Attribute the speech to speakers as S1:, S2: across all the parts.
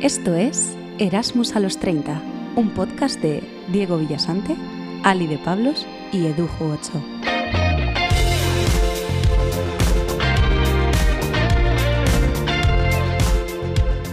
S1: Esto es Erasmus a los 30, un podcast de Diego Villasante, Ali de Pablos y Edujo 8.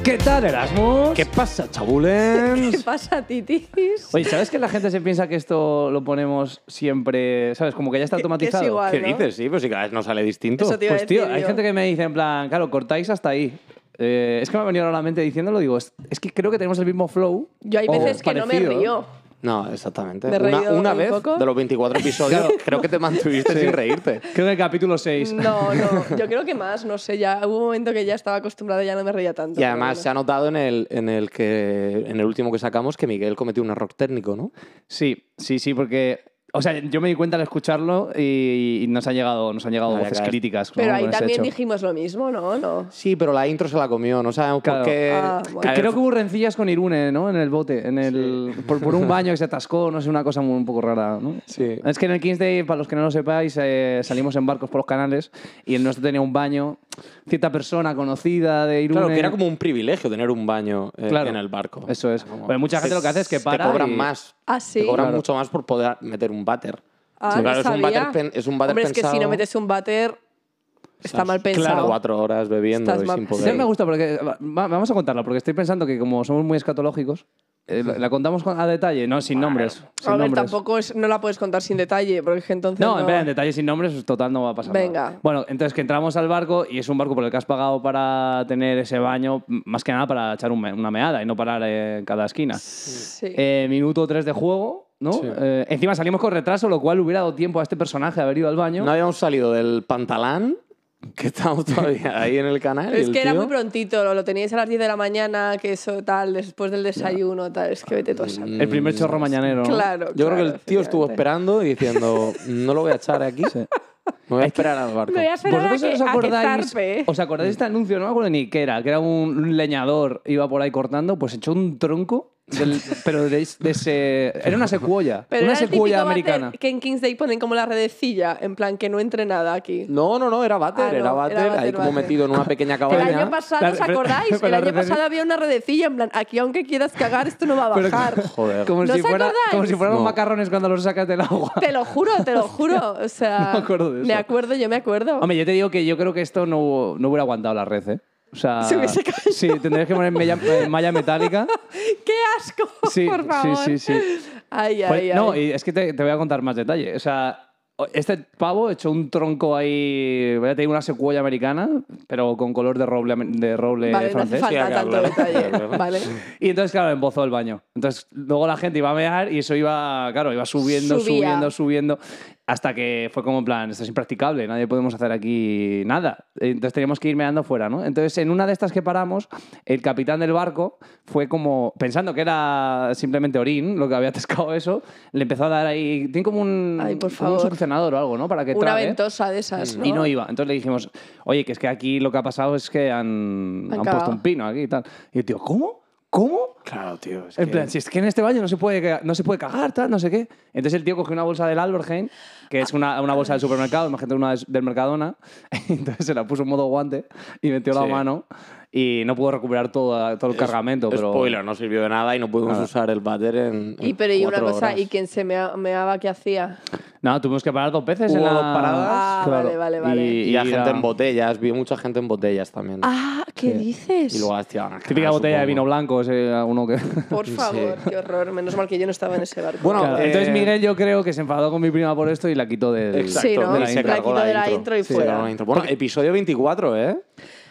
S2: ¿Qué tal, Erasmus?
S3: ¿Qué pasa, chabulens?
S1: pasa, Titis?
S2: Oye, ¿sabes que la gente se piensa que esto lo ponemos siempre, ¿sabes? Como que ya está
S4: Que- que es
S2: automatizado.
S4: igual.
S3: ¿Qué
S4: ¿no?
S3: dices? Sí, pero si cada vez nos sale distinto.
S4: Eso te iba a
S2: Pues tío,
S4: decir
S2: hay
S4: yo.
S2: gente que me dice en plan, claro, cortáis hasta ahí. Eh, es que me ha venido ahora a la mente diciéndolo, digo, es, es que creo que tenemos el mismo flow.
S4: Yo hay
S2: o
S4: veces que no me
S2: parecido. ¿eh?
S4: río.
S3: No, exactamente.
S4: Me he
S3: Una,
S4: reído
S3: una
S4: un
S3: vez
S4: poco.
S3: de los 24 episodios, creo que te mantuviste sin reírte.
S2: Creo que el capítulo 6.
S4: No, no, yo creo que más, no sé, ya hubo un momento que ya estaba acostumbrada y ya no me reía tanto.
S3: Y
S4: pero
S3: además se
S4: bueno.
S3: ha notado en el, en el que en el último que sacamos que Miguel cometió un error técnico, ¿no?
S2: Sí, sí, sí, porque. O sea, yo me di cuenta al escucharlo y, y nos, han llegado, nos han llegado
S3: Vaya,
S2: voces
S3: claro.
S2: críticas. ¿no?
S4: Pero
S2: con
S4: ahí
S2: ese
S4: también
S2: hecho.
S4: dijimos lo mismo, ¿no? No.
S3: Sí, pero la intro se la comió, no sabemos
S2: Claro.
S3: por qué.
S4: Ah, bueno.
S3: Claro,
S2: Creo que hubo rencillas con Irune, ¿no? En el bote, en el, por, por un baño que se atascó, no sé, una cosa muy- un poco rara, ¿no?
S3: Sí.
S2: Es que en el Kingsday, para los que no lo sepáis, eh, salimos en barcos por los canales y el nuestro tenía un baño, cierta persona conocida de Irune.
S3: Claro, que era como un privilegio tener un baño eh,
S2: Claro.
S3: en el barco.
S2: Eso es.
S3: Como-
S2: Pues mucha gente lo que hace es que para
S3: Te cobran
S2: y-
S3: más.
S4: Ah, sí.
S3: Te cobran
S2: Claro.
S3: mucho más por poder meter un váter.
S4: Ah,
S3: Sí,
S4: no
S3: claro, es un váter
S4: sabía.
S3: pen- es un váter
S4: Hombre, es que si
S3: pensado-
S4: no metes un váter, está mal pensado.
S3: Cuatro horas bebiendo
S4: Estás
S3: y
S4: mal-
S3: sin
S2: Sí,
S3: poder.
S2: me gusta porque va- va- vamos a contarla porque estoy pensando que como somos muy escatológicos eh, la la contamos con- a detalle, no sin nombres, sin
S4: a ver,
S2: nombres.
S4: tampoco es- no la puedes contar sin detalle, porque es que entonces.
S2: No, en verdad, en detalle sin nombres, pues, total no va a pasar
S4: Venga.
S2: nada. Bueno, entonces que entramos al barco y es un barco por el que has pagado para tener ese baño, m- más que nada para echar un me- una meada y no parar eh, en cada esquina.
S4: Sí.
S2: Eh, minuto 3 de juego, ¿no?
S3: Sí.
S2: Eh, encima salimos con retraso, lo cual hubiera dado tiempo a este personaje a haber ido al baño.
S3: No habíamos salido del pantalán, que estábamos todavía ahí en el canal. y
S4: es
S3: el
S4: que era
S3: tío-
S4: muy prontito, lo, lo teníais a las 10 de la mañana, que eso tal, después del desayuno, tal. Es que vete tú a saber.
S2: el primer chorro mañanero. ¿no?
S4: Claro.
S3: Yo creo que el
S4: claro,
S3: tío estuvo
S4: efectivamente.
S3: esperando y diciendo, no lo voy a echar aquí, me voy a esperar al barco.
S4: Me voy a esperar a
S2: ¿Vosotros
S4: que,
S2: os
S4: a que
S2: acordáis,
S4: zarpe. ¿eh?
S2: os acordáis de este anuncio? No me acuerdo ni qué era, que era un leñador, iba por ahí cortando, pues echó un tronco, del- pero de, de ese... Era una secuoya,
S4: Pero
S2: una
S4: era el
S2: secuoya
S4: típico váter
S2: americana.
S4: que en King's Day ponen como la redecilla, en plan que no entre nada aquí.
S3: No, no, no, era váter,
S4: Ah, no,
S3: era
S4: era
S3: váter,
S4: váter,
S3: ahí como
S4: váter.
S3: metido en una pequeña
S4: El
S3: cabaña.
S4: año pasado,
S2: La-
S4: ¿os
S2: pero-
S4: acordáis?
S2: pero
S4: El
S2: la
S4: año
S2: redecilla-
S4: pasado había una redecilla, en plan, aquí aunque quieras cagar, esto no va a
S2: Pero-
S4: bajar.
S3: Joder.
S2: Como,
S4: ¿No
S2: si
S4: os
S2: fuera,
S4: acordáis?
S2: como si fueran los
S3: No.
S2: macarrones cuando los sacas del agua.
S4: Te lo juro, te lo juro. O sea,
S2: No me acuerdo de eso.
S4: me acuerdo, yo me acuerdo.
S2: Hombre, yo te digo que yo creo que esto no, hubo- no hubiera aguantado la red, ¿eh? O sea,
S4: Se hubiese caído.
S2: sí, tendrías que poner mella- eh, malla metálica.
S4: ¡Qué asco!
S2: Sí,
S4: por favor.
S2: sí, sí, sí.
S4: Ay, ay,
S2: Pues,
S4: ay.
S2: no, y es que te, te voy a contar más detalle. O sea, o- este pavo echó un tronco ahí, voy a tener una secuoya americana, pero con color de roble, am- de roble
S4: vale, no hace
S2: francés.
S4: falta
S3: Sí,
S4: tanto
S3: claro.
S4: detalle. vale.
S2: Y entonces, claro, embozó el baño. Entonces, luego la gente iba a mear y eso iba, claro, iba subiendo,
S4: Subía.
S2: subiendo, subiendo, hasta que fue como en plan, esto es impracticable, nadie podemos hacer aquí nada. Entonces teníamos que ir meando fuera, ¿no? Entonces, en una de estas que paramos, el capitán del barco fue como, pensando que era simplemente orín, lo que había atascado eso, le empezó a dar ahí, tiene como un,
S4: Ay, por
S2: como un
S4: favor.
S2: succionador o algo, ¿no? Para que
S4: Una
S2: trague.
S4: ventosa de esas, ¿no?
S2: Y no iba. Entonces le dijimos, oye, que es que aquí lo que ha pasado es que han,
S4: Han
S2: han
S4: cagado.
S2: puesto un pino aquí y tal. Y el tío, ¿cómo? ¿Cómo?
S3: Claro, tío. es
S2: En
S3: que-
S2: plan, si es que en este baño no se puede, ca- no se puede cagar, tal, no sé qué. Entonces el tío cogió una bolsa del Albergheim, que es una, una bolsa del supermercado, imagínate una de- del Mercadona. Entonces se la puso en modo guante y metió la
S3: Sí.
S2: mano y no pudo recuperar todo, todo el cargamento. Pero...
S3: Spoiler, no sirvió de nada y no pudimos usar el váter en.
S4: Y,
S3: en
S4: pero, y una
S3: cuatro
S4: cosa,
S3: horas.
S4: ¿y quien se mea- meaba qué hacía?
S2: No, tuvimos que parar dos veces en
S3: Hubo
S2: la...
S3: dos paradas.
S4: Ah, vale, vale, vale.
S3: Y la
S2: ir
S3: gente
S2: a-
S3: en botellas, vi mucha gente en botellas también.
S4: Ah, ¿qué dices?
S3: Y luego hostia,
S2: Típica
S3: ah,
S2: botella de
S3: supongo.
S2: vino blanco, ese, alguno que...
S4: Por favor, qué horror. Menos mal que yo no estaba en ese barco.
S3: Bueno,
S2: Claro, Entonces
S3: eh,
S2: Miguel yo creo que se enfadó con mi prima por esto y la quitó del...
S3: Exacto,
S4: Sí, ¿no?
S2: La
S3: de la, se
S2: intro.
S3: cargó
S4: La quitó de la
S3: la
S4: intro y
S3: Sí,
S4: fuera.
S3: se cargó la intro. Bueno, episodio 24, ¿eh?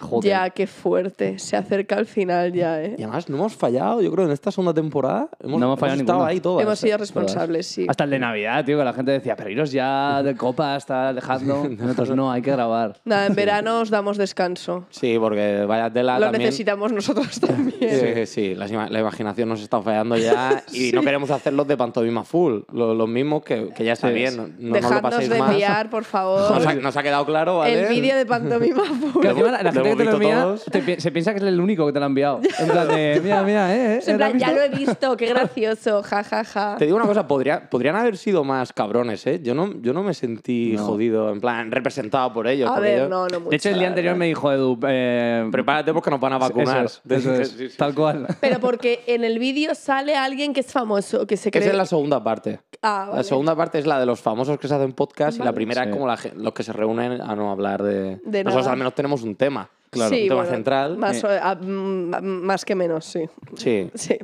S3: Joder.
S4: Ya, qué fuerte. Se acerca al final ya, ¿eh?
S3: Y además no hemos fallado, yo creo, en esta segunda temporada. Hemos,
S2: No hemos fallado
S3: estado
S2: ninguno.
S3: ahí todas.
S4: Hemos sido responsables, sí.
S2: Hasta el de Navidad, tío, que la gente decía, pero iros ya de copas, está dejadlo. Nosotros no, hay que grabar.
S4: Nada, en verano os damos descanso.
S3: Sí, porque vaya tela
S4: Lo
S3: Ah, también.
S4: necesitamos nosotros también.
S3: Sí, sí, sí, las ima- la, imaginación nos está fallando ya y no queremos hacer los de pantomima full, lo- los, mismos que, que ya está bien, no, no nos lo
S4: Dejadnos
S3: paséis
S4: de
S3: más.
S4: enviar, por favor,
S3: Nos ha, nos ha quedado claro, ¿vale?
S4: el vídeo de pantomima.
S2: Claro, encima la, la
S3: De
S2: gente comentario que te
S3: hemos
S2: lo
S3: visto
S2: envía,
S3: todos.
S2: te pi- se piensa que es el único que te lo ha enviado. En plan de, mira, mira, eh, eh.
S4: Es en
S2: ¿la has
S4: plan, ya
S2: visto?
S4: lo he visto, qué gracioso, ja, ja, ja.
S3: Te digo una cosa, podría, podrían haber sido más cabrones, ¿eh? Yo no, yo no me sentí jodido, en plan, representado por ellos.
S4: A
S3: porque
S4: ver,
S3: ellos-
S4: no, no mucho.
S2: De hecho, el día
S4: la
S2: anterior
S4: verdad.
S2: me dijo Edu... Eh,
S3: Prepárate porque nos van a vacunar.
S2: eso es, eso es,
S3: Sí, sí, sí.
S2: tal cual.
S4: Pero porque en el vídeo sale alguien que es famoso, que se cree...
S3: Esa es la segunda parte.
S4: Ah, vale.
S3: La segunda parte es la de los famosos que se hacen podcast y la primera
S2: Sí.
S3: es como la gen- los que se reúnen a no hablar de...
S4: De
S3: Nosotros
S4: nada.
S3: al menos tenemos un tema,
S4: Claro.
S3: un
S4: Sí,
S3: tema
S4: bueno,
S3: central.
S4: Más,
S3: Eh,
S4: o- a- mm, más que menos, sí.
S3: Sí.
S4: Sí.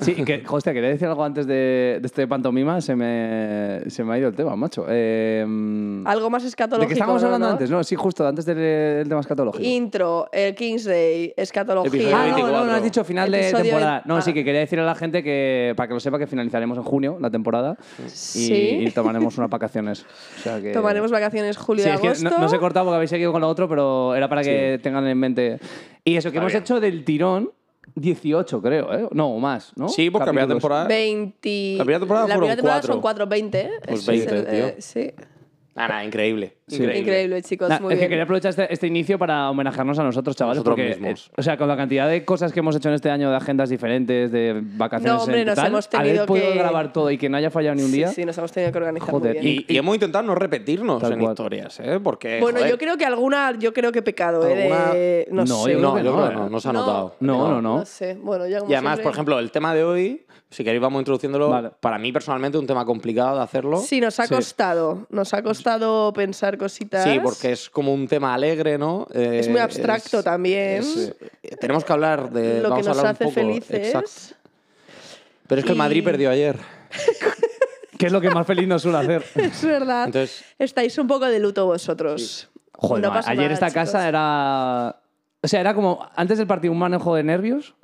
S2: Sí, y que, hostia, quería decir algo antes de, de este pantomima, se me, se me ha ido el tema, macho. Eh, ¿De
S4: Algo más escatológico.
S2: qué estábamos
S4: ¿no?
S2: hablando
S4: ¿no?
S2: antes? No, sí, justo, antes del, del tema escatológico.
S4: Intro, el Kingsday,
S3: Episodio
S4: escatología.
S2: Ah, no, no, no
S3: 24.
S2: has dicho final de
S4: Episodio
S2: temporada.
S4: vein-
S2: No,
S4: ah.
S2: sí, que quería decir a la gente que, para que lo sepa, que finalizaremos en junio la temporada y,
S4: Sí.
S2: y tomaremos unas vacaciones. O sea que-
S4: Tomaremos vacaciones julio
S2: Sí,
S4: y
S2: es que
S4: agosto.
S2: no, no se he cortado porque habéis seguido con lo otro, pero era para que tengan en mente. Y eso, que hemos hecho del tirón 18, creo, ¿eh? No, o más, ¿no?
S3: Sí, porque había
S2: Capítulos.
S3: temporada...
S4: 20...
S3: La primera temporada fueron cuatro.
S4: son 4, 20. ¿eh?
S3: Pues
S4: Eso es
S3: 20, tío.
S4: eh, sí.
S3: Ah, nada, increíble.
S4: Increíble, chicos.
S2: Nah,
S4: Pues muy
S2: es que
S4: bien.
S2: quería aprovechar este, este inicio para homenajearnos a nosotros, chavales.
S3: Nosotros
S2: porque,
S3: mismos.
S2: eh, o sea, con la cantidad de cosas que hemos hecho en este año, de agendas diferentes, de vacaciones,
S4: No, hombre,
S2: en
S4: nos
S2: tal,
S4: hemos tenido
S2: haber podido
S4: que-
S2: grabar todo y que no haya fallado ni un
S4: Sí,
S2: día.
S4: Sí, nos hemos tenido que organizar
S2: Joder,
S4: muy bien.
S3: Y, y hemos intentado no repetirnos
S2: Tal
S3: en
S2: cual.
S3: historias, ¿eh? Porque.
S4: bueno,
S3: joder,
S4: yo creo que alguna, yo creo que he pecado, ¿eh? De-
S2: Alguna-
S4: no,
S2: No,
S4: sé.
S2: yo
S3: No,
S2: creo que
S3: yo
S2: no,
S3: creo
S2: ¿eh?
S3: que no, no se ha
S4: No.
S3: notado.
S2: No, no, no.
S4: No sé. Bueno, ya como
S3: Y además,
S4: siempre-
S3: por ejemplo, el tema de hoy, si queréis vamos introduciéndolo,
S2: Vale.
S3: para mí personalmente un tema complicado de hacerlo.
S4: Sí, nos ha
S2: Sí.
S4: costado. Nos ha costado pensar cositas.
S3: Sí, porque es como un tema alegre, ¿no? Eh,
S4: Es muy abstracto también.
S3: eh, tenemos que hablar de...
S4: lo que
S3: eh, vamos a
S4: nos
S3: hablar un
S4: hace
S3: poco,
S4: felices.
S3: exacto. Pero es que el
S4: Y-
S3: Madrid perdió ayer.
S2: Que es lo que más feliz nos suele hacer.
S4: Es verdad.
S3: Entonces-
S4: Estáis un poco de luto vosotros.
S2: Joder,
S4: No
S2: ma,
S4: pasa
S2: ayer
S4: nada,
S2: esta
S4: chicos.
S2: casa era. O sea, era como antes del partido un manejo de nervios.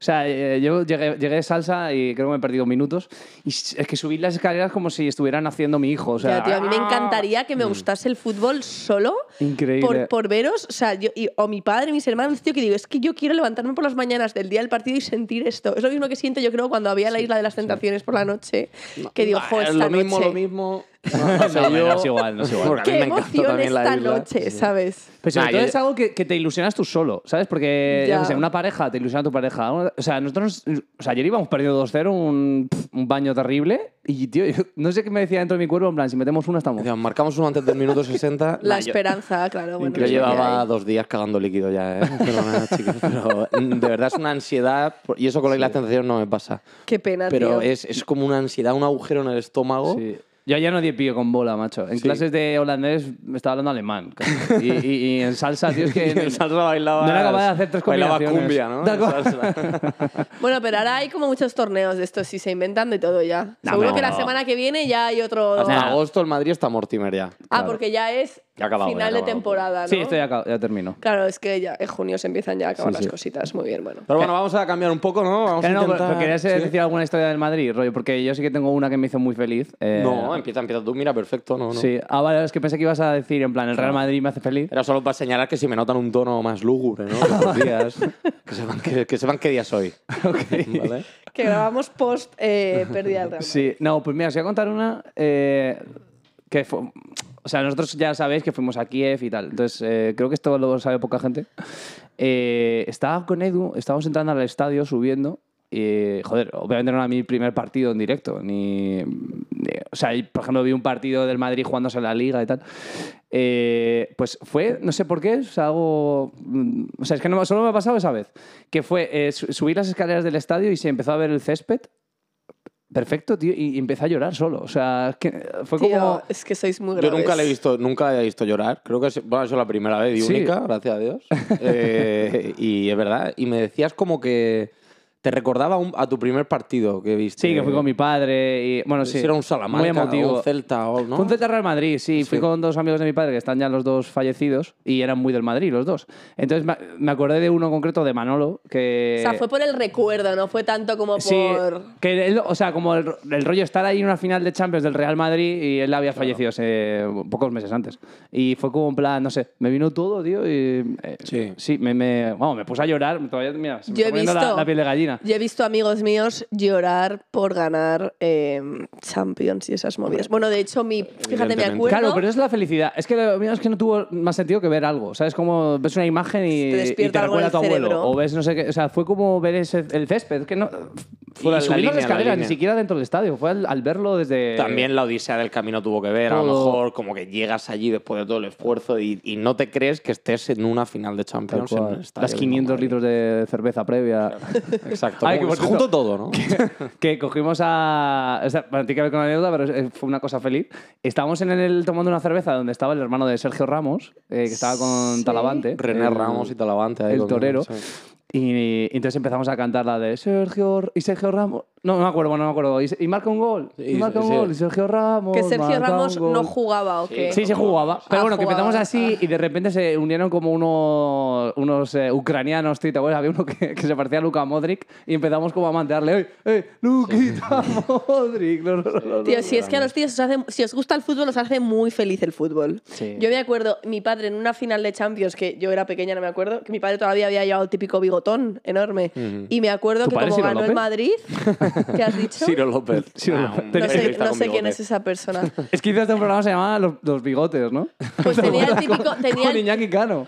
S2: O sea, eh, yo llegué, llegué de salsa y creo que me he perdido minutos. Y s- es que subí las escaleras como si estuvieran haciendo mi hijo. O sea,
S4: Ya, tío, a mí me
S2: ¡ah!
S4: encantaría
S3: Mm.
S4: que me gustase el fútbol solo.
S2: Increíble.
S4: Por, por veros, o sea, yo, y- o mi padre, mis hermanos, tío, que digo, es que yo quiero levantarme por las mañanas del día del partido y sentir esto. Es lo mismo que siento, yo creo, cuando había la Isla de las Tentaciones por la noche, que digo, jo,
S3: Ah,
S4: esta
S3: lo mismo,
S4: noche.
S3: lo mismo.
S2: No, no, no es igual, no es igual.
S3: Porque a mí
S4: Qué
S3: me encantó
S4: emoción
S3: también la
S4: esta
S3: isla.
S4: noche, ¿sabes?
S2: Pero sobre
S3: Nah,
S2: todo
S3: yo-
S2: es algo que, que te ilusionas tú solo, ¿sabes? Porque,
S4: Ya.
S2: yo qué sé, una pareja te ilusiona tu pareja. Una- O sea, nosotros, nos- o sea, ayer íbamos perdiendo 2-0, un, pf, un baño terrible. Y, tío, yo no sé qué me decía dentro de mi cuerpo, en plan, si metemos una estamos.
S3: Decíamos, Marcamos uno antes del minuto 60.
S4: La
S3: Nah, yo-
S4: esperanza, claro. Bueno,
S3: Yo
S4: es lo que
S3: llevaba
S4: hay.
S3: dos días cagando líquido ya, ¿eh? Pero nada, chicos, pero mm, de verdad es una ansiedad, por- y eso con la isla de las tentaciones no me pasa.
S4: Qué pena,
S3: Pero
S4: tío.
S3: es, es como una ansiedad, un agujero en el estómago.
S2: Sí. Yo ayer no di pío con bola, macho. En clases de holandés me estaba hablando alemán. Y, y- y en salsa, tío, es
S3: Y
S2: que...
S3: en salsa bailaba.
S2: no era capaz de hacer tres
S3: Bailaba
S2: combinaciones.
S3: cumbia, ¿no?
S2: De
S3: En
S2: acuerdo.
S3: salsa.
S4: Bueno, pero ahora hay como muchos torneos de estos, sí, se inventan de todo ya.
S3: No,
S4: Seguro
S3: no,
S4: que la
S3: no. Ah,
S4: semana que viene ya hay otro.
S3: Hasta
S2: Nah.
S3: agosto el Madrid está Mortimer ya.
S4: Ah, porque ya es
S3: Ya ha acabado, ya ha
S4: final de
S3: acabado.
S4: temporada, ¿no?
S2: Sí, esto ya, acabo- ya termino.
S4: Claro, es que ya en junio se empiezan ya a acabar
S2: Sí,
S4: las
S2: sí.
S4: cositas. Muy bien, bueno.
S3: Pero bueno, vamos a cambiar un poco, ¿no? Vamos a
S2: Eh, no, pero-
S3: intentar...
S2: pero ¿Querías eh,
S3: sí.
S2: decir alguna historia del Madrid, rollo? Porque yo sí que tengo una que me hizo muy feliz. eh,
S3: No, empieza, empieza tú. Mira, perfecto. No, no.
S2: Sí, ah, vale, es que pensé que ibas a decir, en plan, el Real Madrid me hace feliz.
S3: Era solo para señalar que si me notan un tono más lúgubre, ¿no? De los días, que, sepan que, que sepan qué día soy. ¿Vale?
S4: Que grabamos post eh, pérdida del Real.
S2: Sí, no, pues mira, os voy a contar una eh, que fue... O sea, nosotros ya sabéis que fuimos a Kiev y tal. Entonces, eh, creo que esto lo sabe poca gente. Eh, estaba con Edu, estábamos entrando al estadio, subiendo. Y, joder, obviamente no era mi primer partido en directo. Ni, ni- o sea, y, por ejemplo, vi un partido del Madrid jugándose en la Liga y tal. Eh, pues fue, no sé por qué, o sea, algo... mm, O sea, es que no, me- solo me ha pasado esa vez. Que fue eh, su- subir las escaleras del estadio y se empezó a ver el césped. Perfecto, tío. Y y empecé a llorar solo. O sea, es que fue
S4: Tío,
S2: como...
S4: es que sois muy
S3: Yo
S4: graves.
S3: nunca le he visto, nunca la he visto llorar. Creo que es, bueno, ha sido la primera vez y
S2: Sí.
S3: única, gracias a Dios. Eh, y es verdad. Y me decías como que te recordaba un- a tu primer partido que viste.
S2: Sí, que fui con mi padre y... Bueno, sí.
S3: Si era un Salamanca
S2: Muy emotivo.
S3: o un Celta o no.
S2: Fue un Celta Real Madrid, sí. Fui
S3: Sí.
S2: con dos amigos de mi padre que están ya los dos fallecidos y eran muy del Madrid los dos. Entonces me- me acordé de uno en concreto, de Manolo, que...
S4: O sea, fue por el recuerdo, no fue tanto como
S2: Sí,
S4: por.
S2: que él- o sea, como el, ro- el rollo estar ahí en una final de Champions del Real Madrid y él había fallecido hace pocos meses antes. Y fue como en plan, no sé, me vino todo, tío, y... eh,
S3: Sí.
S2: me, me, vamos, me puse a llorar, todavía, mira, se me
S4: Yo
S2: está
S4: he
S2: poniendo la-
S4: visto.
S2: la, piel de gallina. Argentina.
S4: Yo he visto amigos míos llorar por ganar eh, Champions y esas movidas. Bueno, de hecho, mi, fíjate, me
S3: Evidentemente.
S4: acuerdo.
S2: Claro, pero es la felicidad. Es que lo mío es que no tuvo más sentido que ver algo. ¿Sabes? Como ves una imagen y
S4: Te
S2: y te,
S4: despierta algo en
S2: recuerda a tu
S4: el
S2: abuelo.
S4: cerebro.
S2: O ves no sé qué. O sea, fue como ver ese- el césped. que no. Fue
S3: la
S2: subir
S3: línea,
S2: las
S3: la
S2: escaleras, ni
S3: línea.
S2: siquiera dentro del estadio. Fue al, al verlo desde.
S3: También la odisea del camino tuvo que ver, a lo
S2: todo-
S3: mejor como que llegas allí después de todo el esfuerzo y, y no te crees que estés en una final de
S2: Tal
S3: Champions. en
S2: cual.
S3: el estadio
S2: Las
S3: de
S2: 500
S3: Madrid.
S2: litros de cerveza previa.
S3: Exacto.
S2: Ay,
S3: Ay,
S2: que por cierto-
S3: junto todo, ¿no?
S2: que cogimos a. O sea, bueno, tiene que ver con la anécdota, pero eh, fue una cosa feliz. Estábamos en el tomando una cerveza donde estaba el hermano de Sergio Ramos, eh, que estaba con
S4: Sí.
S2: Talavante.
S3: René
S2: el-
S3: Ramos y Talavante. ahí
S2: el
S3: conmigo,
S2: torero.
S3: sí.
S2: Y, y entonces empezamos a cantar la de Sergio R- y Sergio Ramos. No, no me acuerdo, bueno, no me acuerdo. Y, se- y marca un gol. Y,
S3: Y-
S2: marca un
S3: sí.
S2: gol. Y Sergio Ramos.
S4: que Sergio
S2: marca un
S4: Ramos no
S2: gol.
S4: jugaba o qué.
S2: Sí, se jugaba. Pero
S4: Ah,
S2: bueno, que empezamos
S4: jugaba.
S2: así y de repente se unieron como unos, unos eh, ucranianos, tío, ¿te acuerdas? Había uno que, que se parecía a Luka Modric y empezamos como a mantearle, ¡eh, eh, Luquita Modric! No, no, no, no.
S4: Tío, si es que a los tíos os hace- si os gusta el fútbol, os hace muy feliz el fútbol.
S2: Sí.
S4: Yo me acuerdo, mi padre en una final de Champions, que yo era pequeña, no me acuerdo, que mi padre todavía había llevado el típico bigotón enorme. Y me acuerdo
S2: ¿Tu
S4: que
S2: padre
S4: como
S2: Ciro
S4: ganó el
S2: López?
S4: Madrid, ¿qué has dicho?
S3: Ciro López.
S2: Ciro
S3: Ah,
S2: López.
S3: un
S4: no sé,
S3: periodista
S4: no
S3: con
S4: sé quién
S3: bigote.
S4: es esa persona.
S2: Es que hizo este programa se llamaba Los, Los Bigotes, ¿no?
S4: Pues tenía el típico, tenía
S2: Con
S4: el-
S2: Iñaki Cano.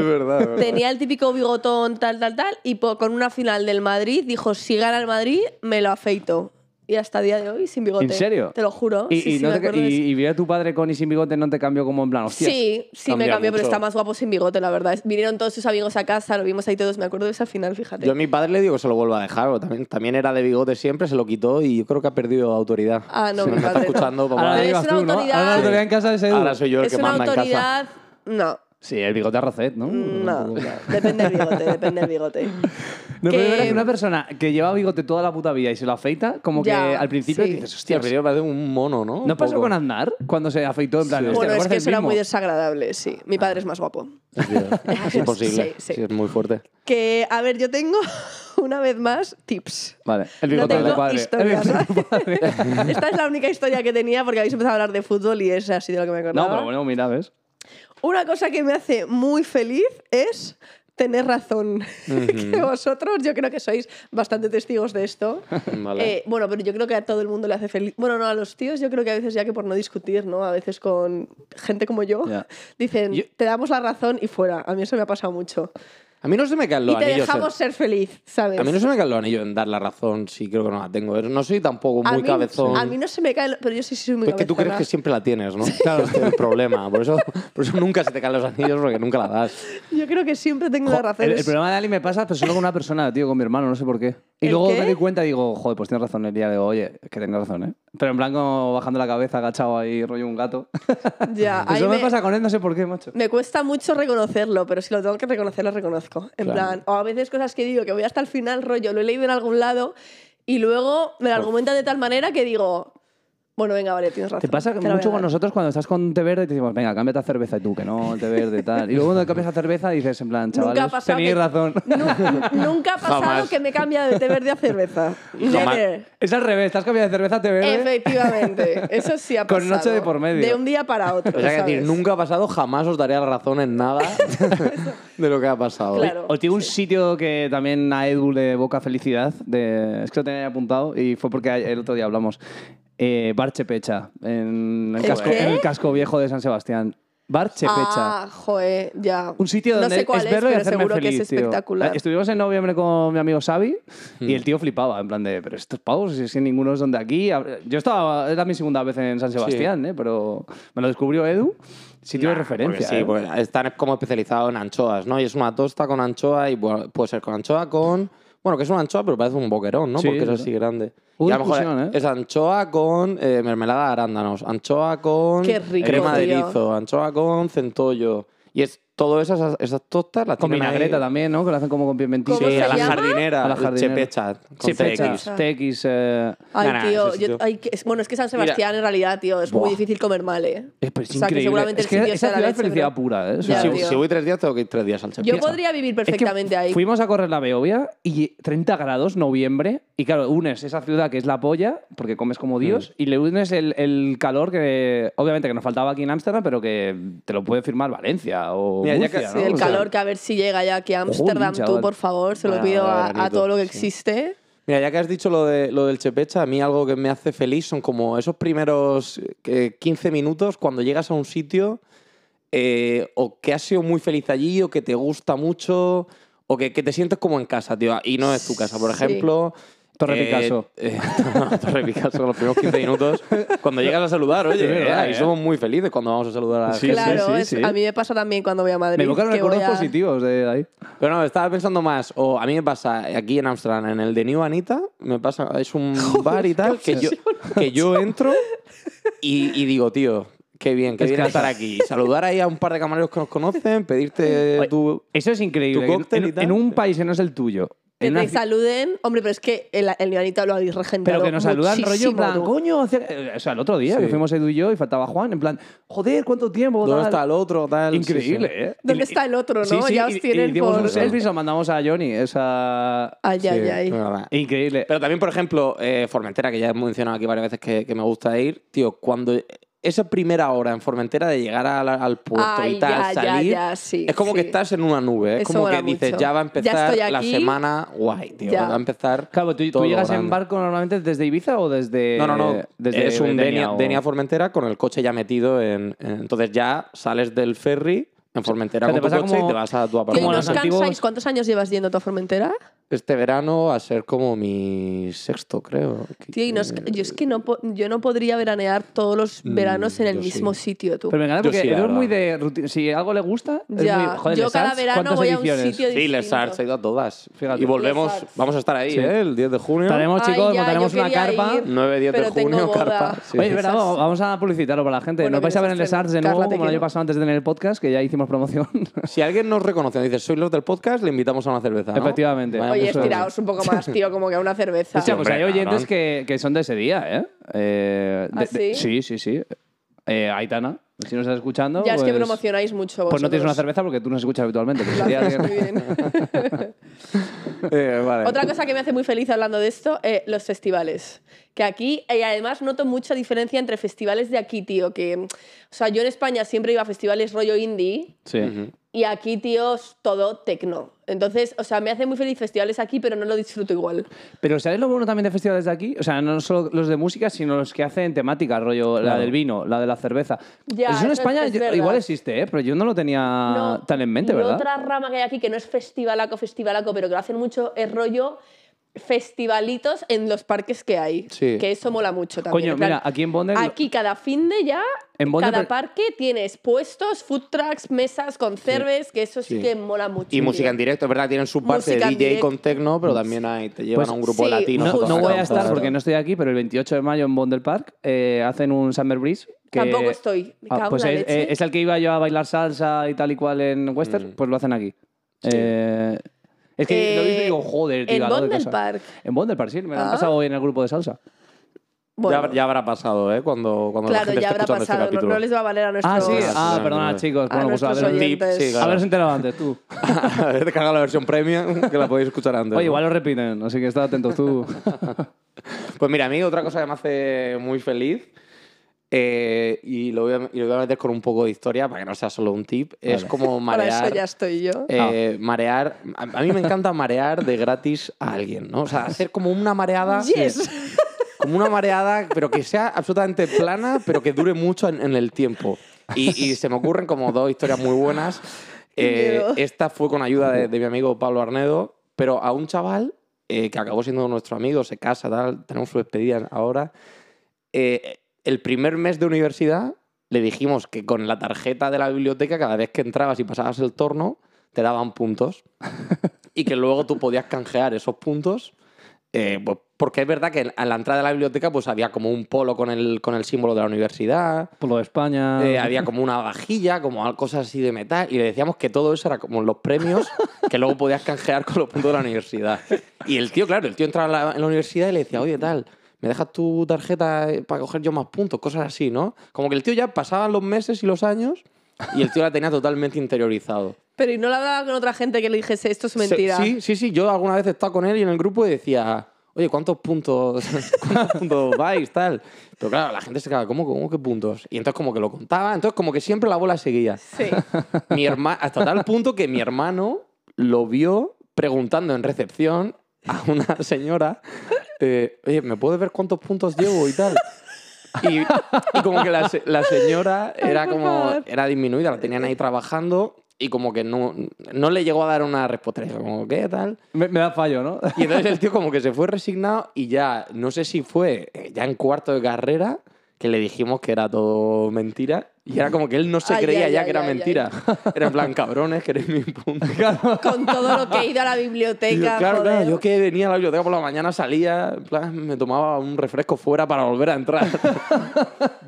S4: tenía el típico bigotón tal, tal, tal, y po- con una final del Madrid dijo, si gana el Madrid, me lo afeito. Y hasta día de hoy sin bigote.
S2: ¿En serio?
S4: Te lo juro.
S2: Y,
S4: sí,
S2: y
S4: sí,
S2: no
S4: me
S2: te-
S4: acuerdo de
S2: y-
S4: eso.
S2: y ver a tu padre con y sin bigote no te cambió como en plan, hostias.
S4: Sí, sí me
S3: cambia
S4: cambió, pero
S3: mucho.
S4: está más guapo sin bigote, la verdad. Vinieron todos sus amigos a casa, lo vimos ahí todos, me acuerdo de esa final, fíjate.
S3: Yo a mi padre le digo que se lo vuelva a dejar, porque también, también era de bigote siempre, se lo quitó y yo creo que ha perdido autoridad.
S4: Ah, no,
S3: Si
S4: mi
S3: me está
S4: padre no.
S3: escuchando, papá.
S2: Ahora
S4: Pero es
S2: digas
S4: una
S2: tú, ¿no?
S4: autoridad.
S2: Ahora la autoridad en casa de Sedu.
S3: Ahora soy yo el
S4: es
S3: que
S4: una
S3: manda en casa.
S4: autoridad... No,
S2: Sí, el bigote a Racet, Mm, ¿no?
S4: no,
S2: Un poco.
S4: depende del bigote, depende del bigote.
S2: No, pero
S4: Que-
S2: es verdad que una persona que lleva bigote toda la puta vida y se lo afeita, como
S4: Ya,
S2: que al principio
S4: sí.
S2: dices,
S3: Hostia,
S2: hostia,
S3: pero yo me parece un mono, ¿no?
S2: ¿no
S3: Un
S2: pasó
S3: poco.
S2: con Aznar cuando se afeitó en plan?
S3: Sí.
S2: hostia,
S4: Bueno,
S2: me
S4: es
S2: parece
S4: que
S2: el
S4: eso era
S2: mismo?
S4: muy desagradable, sí. Mi padre es más guapo.
S3: Es imposible.
S4: Sí, sí.
S3: Sí, es muy fuerte.
S4: Que, a ver, yo tengo, una vez más, tips.
S2: Vale, el
S4: No
S2: bigote de tu
S4: tengo
S2: padre. El
S4: historias,
S2: bigote de tu padre.
S4: Esta es la única historia que tenía porque habéis empezado a hablar de fútbol y esa ha sido lo que me acordaba.
S2: No, pero bueno, mira, ¿ves?
S4: Una cosa que me hace muy feliz es tener razón. que vosotros, yo creo que sois bastante testigos de esto.
S3: Vale.
S4: Eh, bueno, pero yo creo que a todo el mundo le hace feliz. Bueno, no, a los tíos yo creo que a veces ya que por no discutir, ¿no? A veces con gente como yo,
S2: Ya.
S4: dicen,
S2: Yo-
S4: te damos la razón y fuera. A mí eso me ha pasado mucho.
S3: A mí no se me caen los
S4: y te
S3: anillos.
S4: dejamos
S3: eh.
S4: ser feliz, ¿sabes?
S3: A mí no se me caen los anillos en dar la razón, sí, creo que no la tengo. No soy tampoco
S4: A
S3: muy
S4: mí-
S3: cabezón.
S4: A mí no se me cae, lo- pero yo sí soy muy
S3: Pero es que tú crees
S4: cabezona.
S3: que siempre la tienes, ¿no? Claro, es el problema. Por eso, por eso nunca se te caen los anillos porque nunca la das.
S4: Yo creo que siempre tengo la razón.
S2: El, el
S4: Es-
S2: problema de Ali me pasa, pero solo con una persona, tío, con mi hermano, no sé por qué. Y
S4: ¿El
S2: luego
S4: qué?
S2: me doy cuenta y digo, joder, pues tienes razón el día de hoy, oye, que tengo razón, ¿eh? Pero en blanco, bajando la cabeza, agachado ahí, rollo un gato.
S4: Ya,
S3: Pues
S4: a mí
S2: Eso me
S4: me-
S2: pasa con él, no sé por qué, macho.
S4: Me cuesta mucho reconocerlo, pero si lo tengo que reconocer, lo reconozco. En plan, o a veces cosas que digo que voy hasta el final, rollo, lo he leído en algún lado y luego me lo argumentan de tal manera que digo, bueno, venga, vale, tienes razón.
S2: Te pasa
S4: la voy
S2: mucho con
S4: a dar".
S2: nosotros cuando estás con un té verde y te decimos, venga, cámbiate a cerveza y tú, que no, el té verde y tal. Y luego cuando cambias a cerveza dices, en plan,
S4: Nunca ha
S2: chavales,
S4: pasado
S2: tenéis
S4: que-
S2: razón.
S4: Nu- nunca ha pasado
S3: Jamás.
S4: que me he cambiado de té verde a cerveza.
S3: Jamás.
S4: Never.
S2: Es al revés, estás cambiando de cerveza a té verde.
S4: Efectivamente, eso sí ha
S2: Con
S4: pasado.
S2: noche de por medio.
S4: De un día para otro.
S3: O sea, que
S4: ¿sabes?
S3: decir, nunca ha pasado, jamás os daré la razón en nada de lo que ha pasado.
S4: Claro.
S2: O tiene un sitio que también a Edu le evoca felicidad. de- es que lo tenía apuntado y fue porque el otro día hablamos. Eh, Barchepecha, en el,
S4: ¿El
S2: casco,
S4: qué?
S2: en el casco viejo de San Sebastián. Barchepecha.
S4: Ah, joe, ya.
S2: Un sitio donde
S4: no sé cuál
S2: es verlo y
S4: pero
S2: hacerme
S4: seguro
S2: feliz,
S4: que es
S2: tío. Eh,
S4: espectacular.
S3: Ah,
S2: Estuvimos en noviembre con mi amigo Xavi
S3: Hmm.
S2: y el tío flipaba, en plan de, pero estos pavos, si es que ninguno son de aquí. Yo estaba, era mi segunda vez en San Sebastián, ¿eh? pero me lo descubrió Edu, sitio de
S3: Nah,
S2: referencia.
S3: porque sí,
S2: ¿eh?
S3: porque están como especializados en anchoas, ¿no? Y es una tosta con anchoa y bueno, puede ser con anchoa, con... Bueno, que es una anchoa, pero parece un boquerón, ¿no?
S2: Sí,
S3: Porque es
S2: ¿verdad?
S3: así grande.
S2: Hubo
S3: y a lo mejor
S2: discusión, ¿eh?
S3: es anchoa con eh, mermelada de arándanos, anchoa con eh,
S4: Qué rico,
S3: crema de
S4: tío.
S3: erizo, anchoa con centollo. Y es todo eso, esas, esas tostas las
S2: Con
S3: tienen ahí.
S2: vinagreta también, ¿no? Que lo hacen como con pimentito.
S4: ¿Cómo
S3: Sí,
S4: se
S3: a la
S4: llama?
S3: jardinera,
S2: A la
S3: el
S2: jardinera.
S3: chepecha, con
S2: Chepecha,
S3: CX.
S2: TX, eh,
S4: Ay,
S3: Nah, nah,
S4: tío,
S3: ese
S4: yo-
S3: sitio-
S4: ay, que es- bueno, es que San Sebastián en realidad, tío, es muy
S3: Buah.
S4: difícil comer mal, ¿eh?
S2: es, pero es
S4: o sea,
S2: increíble.
S4: que seguramente
S2: es
S4: el
S2: que
S4: sitio
S2: esa
S4: sea la
S2: ciudad es
S4: leche,
S2: felicidad
S4: pero-
S2: pura, ¿eh? O
S4: Ya,
S2: sea,
S3: Si,
S4: tío.
S3: si voy tres días tengo que ir tres días al chepecha.
S4: Yo podría
S2: Es
S4: vivir
S2: que
S4: perfectamente ahí.
S2: Fuimos a correr la Beovia y 30 grados, noviembre, y claro, unes esa ciudad que es la polla, porque comes
S3: Mm.
S2: como Dios, y le unes el, el calor que, obviamente, que nos faltaba aquí en Ámsterdam, pero que te lo puede firmar Valencia o
S3: Mira, ya
S2: Murcia,
S3: que-
S2: ¿no?
S4: Sí, el
S2: O sea,
S4: calor, que a ver si llega ya aquí a Ámsterdam,
S2: Jolín,
S4: tú,
S2: chaval.
S4: por favor, se lo
S3: Ah,
S4: pido a,
S3: veranito,
S4: a todo lo que
S3: sí.
S4: existe.
S3: Mira, ya que has dicho lo, de, lo del Chepecha, a mí algo que me hace feliz son como esos primeros eh, 15 minutos cuando llegas a un sitio eh, o que has sido muy feliz allí o que te gusta mucho o que, que te sientes como en casa, tío, y no es tu casa. Por
S4: Sí.
S3: ejemplo...
S2: Torre
S3: eh,
S2: Picasso.
S3: eh, Torre Picasso, los primeros 15 minutos. Cuando llegas a saludar, oye,
S2: Es verdad,
S3: eh, ahí
S2: ¿eh?
S3: somos muy felices cuando vamos a saludar a la
S2: Sí,
S3: gente.
S4: claro,
S2: sí,
S4: es-
S2: sí.
S4: a mí me pasa también cuando voy a Madrid.
S2: Me evocaron
S4: que voy
S2: recuerdos
S4: a-
S2: positivos de ahí.
S3: Pero no, estaba pensando más, o a mí me pasa eh, aquí en Amsterdam, en el de New Anita, me pasa, es un bar y tal, que yo, que yo entro y, y digo, tío, qué bien, qué
S2: Es
S3: bien
S2: casa.
S3: estar aquí. Saludar ahí a un par de camareros que nos conocen, pedirte
S2: Oye,
S3: tu...
S2: Eso es increíble.
S3: Tu
S2: que
S3: cóctel
S2: en,
S3: y tal.
S2: en un país que no es el tuyo.
S4: Que
S2: en una
S4: te
S2: ci-
S4: saluden. Hombre, pero es que el, el Libanita lo habéis regentado.
S2: pero que nos saludan rollo en
S4: muchísimo,
S2: plan,
S4: tú.
S2: coño, hace- eh, o sea, el otro día
S3: Sí.
S2: que fuimos Edu y yo y faltaba Juan, en plan, joder, cuánto tiempo.
S3: ¿Dónde
S2: tal?
S3: está el otro? Tal,
S2: Increíble, ¿eh?
S4: ¿Dónde
S2: Y-
S4: está el otro, no?
S2: Sí, sí,
S4: Ya os
S2: y-
S4: tienen
S2: y hicimos
S4: por-
S2: un selfie y se lo mandamos a Johnny. Esa...
S4: Ay,
S3: Sí,
S4: ay, ay.
S3: es verdad.
S2: Increíble.
S3: Pero también, por ejemplo, eh, Formentera, que ya he mencionado aquí varias veces que, que me gusta ir, tío, cuando esa primera hora en Formentera de llegar al, al puerto
S4: Ay,
S3: y tal,
S4: ya, ya,
S3: salir,
S4: ya, sí,
S3: es como que
S4: sí.
S3: estás en una nube, es
S4: Eso
S3: como que
S4: mola
S3: dices,
S4: mucho.
S3: ya va a
S4: Ya
S3: empezar
S4: estoy
S3: la
S4: aquí.
S3: semana, guay, tío,
S4: Ya.
S3: va a empezar.
S2: Claro, ¿tú, tú
S3: todo lo
S2: llegas en
S3: grande.
S2: barco normalmente desde Ibiza o desde.?
S3: No, no, no.
S2: Desde
S3: es un Denia,
S2: o-
S3: Denia Formentera con el coche ya metido en, en- Entonces ya sales del ferry en Formentera
S2: O sea, te
S3: con tu
S2: pasa
S3: coche
S2: como-
S3: y te vas a tu
S4: Tío, ¿y
S2: como
S4: no
S3: apartamento.
S4: os
S2: los antiguos-
S4: cansáis? ¿Cuántos años llevas yendo tú a Formentera?
S3: Este verano va a ser como mi sexto, creo.
S4: Tío, y no os-
S2: Eh,
S4: yo es que no, po- yo no podría veranear todos los veranos en el
S3: yo
S4: mismo
S3: sí.
S4: sitio, tú.
S2: mm, Pero me encanta
S3: Yo
S2: porque
S3: sí, la
S2: Edu es
S3: verdad.
S2: muy de. ruti- Si algo le gusta. es
S4: Ya,
S2: muy- joder,
S4: yo
S2: Les
S4: cada
S2: Arts,
S4: verano
S2: ¿cuántas
S4: voy a un
S2: ediciones?
S4: sitio
S3: Sí, Les
S4: distinto.
S3: Arts, he ido a todas.
S2: Fíjate.
S3: Y volvemos,
S4: Les Arts.
S3: vamos a estar ahí, ¿eh? El 10 de junio.
S2: Estaremos,
S4: Ay,
S2: chicos,
S4: ya,
S2: montaremos
S4: yo
S2: una
S4: quería
S2: carpa.
S4: ir,
S3: 9, 10 de
S4: pero tengo
S3: junio,
S4: boda.
S3: carpa. Sí.
S2: Oye, es verdad,
S4: Esas-
S2: vamos- vamos a publicitarlo para la gente.
S4: Bueno,
S2: Nos vais a ver en
S4: vienes
S2: Les
S4: a
S2: Arts de
S4: estrenar.
S2: nuevo,
S4: Carla, te
S2: como el año
S4: quiero.
S2: pasado antes en el podcast, que ya hicimos promoción.
S3: Si alguien nos reconoce, dice, sois los del podcast, le invitamos a una cerveza. ¿no?
S2: Efectivamente.
S3: Vaya
S4: Oye,
S3: persona.
S4: estiraos un poco más, tío, como que a una cerveza.
S2: Sí, pues
S3: Hombre,
S2: hay oyentes
S3: cabrón.
S2: que, que son de ese día, ¿eh? Eh, de-
S4: ¿Ah,
S2: de-
S4: sí?
S2: sí, sí, sí. Eh, Aitana, si nos estás escuchando.
S4: ya es que
S2: pues-
S4: promocionáis mucho
S2: Pues no tienes una
S4: vosotros.
S2: cerveza porque tú no escuchas habitualmente. pero
S4: Lo
S2: sería
S4: hacéis
S2: que-
S4: muy bien.
S3: Eh, vale.
S4: Otra cosa que me hace muy feliz hablando de esto, eh, los festivales. Que aquí, eh, además, noto mucha diferencia entre festivales de aquí, tío. Que, o sea, yo en España siempre iba a festivales rollo indie
S2: Sí.
S3: Ujú.
S4: y aquí, tío, es todo tecno. Entonces, o sea, me hace muy feliz festivales aquí, pero no lo disfruto igual.
S2: Pero ¿sabes lo bueno también de festivales de aquí? O sea, no solo los de música, sino los que hacen temática, rollo la
S3: Claro.
S2: del vino, la de la cerveza.
S4: Ya,
S2: eso en
S4: eso es-
S2: España
S4: es
S2: yo-
S4: verdad.
S2: igual existe, ¿eh? pero yo no lo tenía
S4: No,
S2: Ah, tan en mente,
S4: y
S2: ¿verdad?
S4: otra rama que hay aquí, que no es festivalaco, festivalaco, pero que lo hacen mucho, es rollo festivalitos en los parques que hay.
S3: Sí.
S4: Que eso mola mucho también.
S2: Coño,
S4: en plan,
S2: mira, aquí en Bonde...
S4: Aquí cada fin de ya,
S2: En Bonde,
S4: cada
S2: pero-
S4: parque tienes puestos, food trucks, mesas con cerves, que eso sí,
S3: Sí.
S4: que mola mucho.
S3: Y
S4: tío.
S3: música en directo, es verdad, tienen su parte de
S4: Música en
S3: DJ
S4: directo.
S3: con techno, pero también hay, te llevan
S2: Pues
S3: a un grupo
S4: sí,
S3: latino.
S4: No,
S2: No,
S4: justo,
S2: no voy a
S4: justo.
S2: estar porque no estoy aquí, pero el 28 de mayo en Bondel Park eh, hacen un Summer Breeze. Que,
S4: Tampoco estoy. Me cago en
S2: pues
S4: la
S2: es,
S4: leche.
S2: eh, es el que iba yo a bailar salsa y tal y cual en Western, pues lo hacen aquí. Eh, es que lo vi y
S4: Eh,
S2: digo, joder, tío.
S4: en
S2: al lado de
S4: Bond del
S2: casa.
S4: Park.
S2: En Bondel Park, sí, me lo han
S4: Ah.
S2: pasado hoy en el grupo de salsa.
S4: Bueno,
S3: ya, ya habrá pasado, ¿eh? Cuando, cuando la
S4: claro,
S3: gente esté
S4: ya habrá
S3: escuchando
S4: pasado.
S3: este
S4: no,
S3: capítulo.
S4: no les va a valer a nuestros...
S2: Ah, sí,
S3: Nuestros-
S2: ah,
S3: Sí,
S2: perdona,
S3: sí.
S2: chicos.
S4: A
S2: Bueno, pues
S4: nuestros
S2: haber-
S4: oyentes.
S3: sí, claro.
S2: haberos enterado antes, tú.
S3: a ver, descarga la versión premium, que la podéis escuchar antes.
S2: Oye,
S3: ¿no?
S2: igual lo repiten, así que estad atentos tú.
S3: Pues mira, a mí otra cosa que me hace muy feliz, eh, y, lo voy a, y lo voy a meter con un poco de historia para que no sea solo un tip, es como
S4: Para
S3: marear.
S4: eso ya estoy yo.
S2: Ah.
S3: eh, marear a, a mí me encanta marear de gratis a alguien, ¿no? O sea, hacer como una mareada.
S4: Yes.
S3: Como una mareada, pero que sea absolutamente plana, pero que dure mucho en, en el tiempo. Y, y se me ocurren como dos historias muy buenas.
S4: Qué
S3: Eh,
S4: miedo.
S3: esta fue con ayuda de, de mi amigo Pablo Arnedo, pero a un chaval eh, que acabó siendo nuestro amigo, se casa, tal, tenemos su despedida ahora. Eh, el primer mes de universidad le dijimos que con la tarjeta de la biblioteca, cada vez que entrabas y pasabas el torno, te daban puntos y que luego tú podías canjear esos puntos. eh, pues, porque es verdad que a la entrada de la biblioteca pues había como un polo con el, con el símbolo de la universidad,
S2: Por lo de España.
S3: eh, había como una vajilla, como al- cosas así de metal, y le decíamos que todo eso era como los premios que luego podías canjear con los puntos de la universidad. Y el tío, claro, el tío entraba en la, en la universidad y le decía, oye, tal, ¿me dejas tu tarjeta eh, para coger yo más puntos? Cosas así, ¿no? Como que el tío ya pasaban los meses y los años y el tío la tenía totalmente interiorizado.
S4: Pero ¿y no lo hablaba con otra gente que le dijese esto es mentira?
S3: Sí, sí, sí. Yo alguna vez he estado con él y en el grupo y decía, oye, ¿cuántos puntos, ¿cuántos puntos vais? Tal. Pero claro, la gente se caga, ¿cómo, ¿cómo que puntos? Y entonces como que lo contaba, entonces como que siempre la bola seguía.
S4: Sí.
S3: Mi herma- hasta tal punto que mi hermano lo vio preguntando en recepción a una señora, eh, oye, ¿me puedes ver cuántos puntos llevo y tal? Y, y como que la, se- la señora
S4: Ay,
S3: era
S4: por
S3: como,
S4: favor.
S3: era disminuida, la tenían ahí trabajando y como que no, no le llegó a dar una respuesta, Era como, ¿qué tal?
S2: Me, me da fallo, ¿no?
S3: Y entonces el tío como que se fue resignado y ya, no sé si fue eh, ya en cuarto de carrera, que le dijimos que era todo mentira. Y era como que él no se
S4: Ay,
S3: creía
S4: ay,
S3: ya
S4: ay,
S3: que era
S4: ay, ay.
S3: mentira. Era en plan, cabrones, queréis mi punto.
S4: Con todo lo que he ido a la biblioteca.
S3: Y yo, claro,
S4: joder.
S3: claro, yo que venía a la biblioteca por la mañana, salía, en plan, me tomaba un refresco fuera para volver a entrar.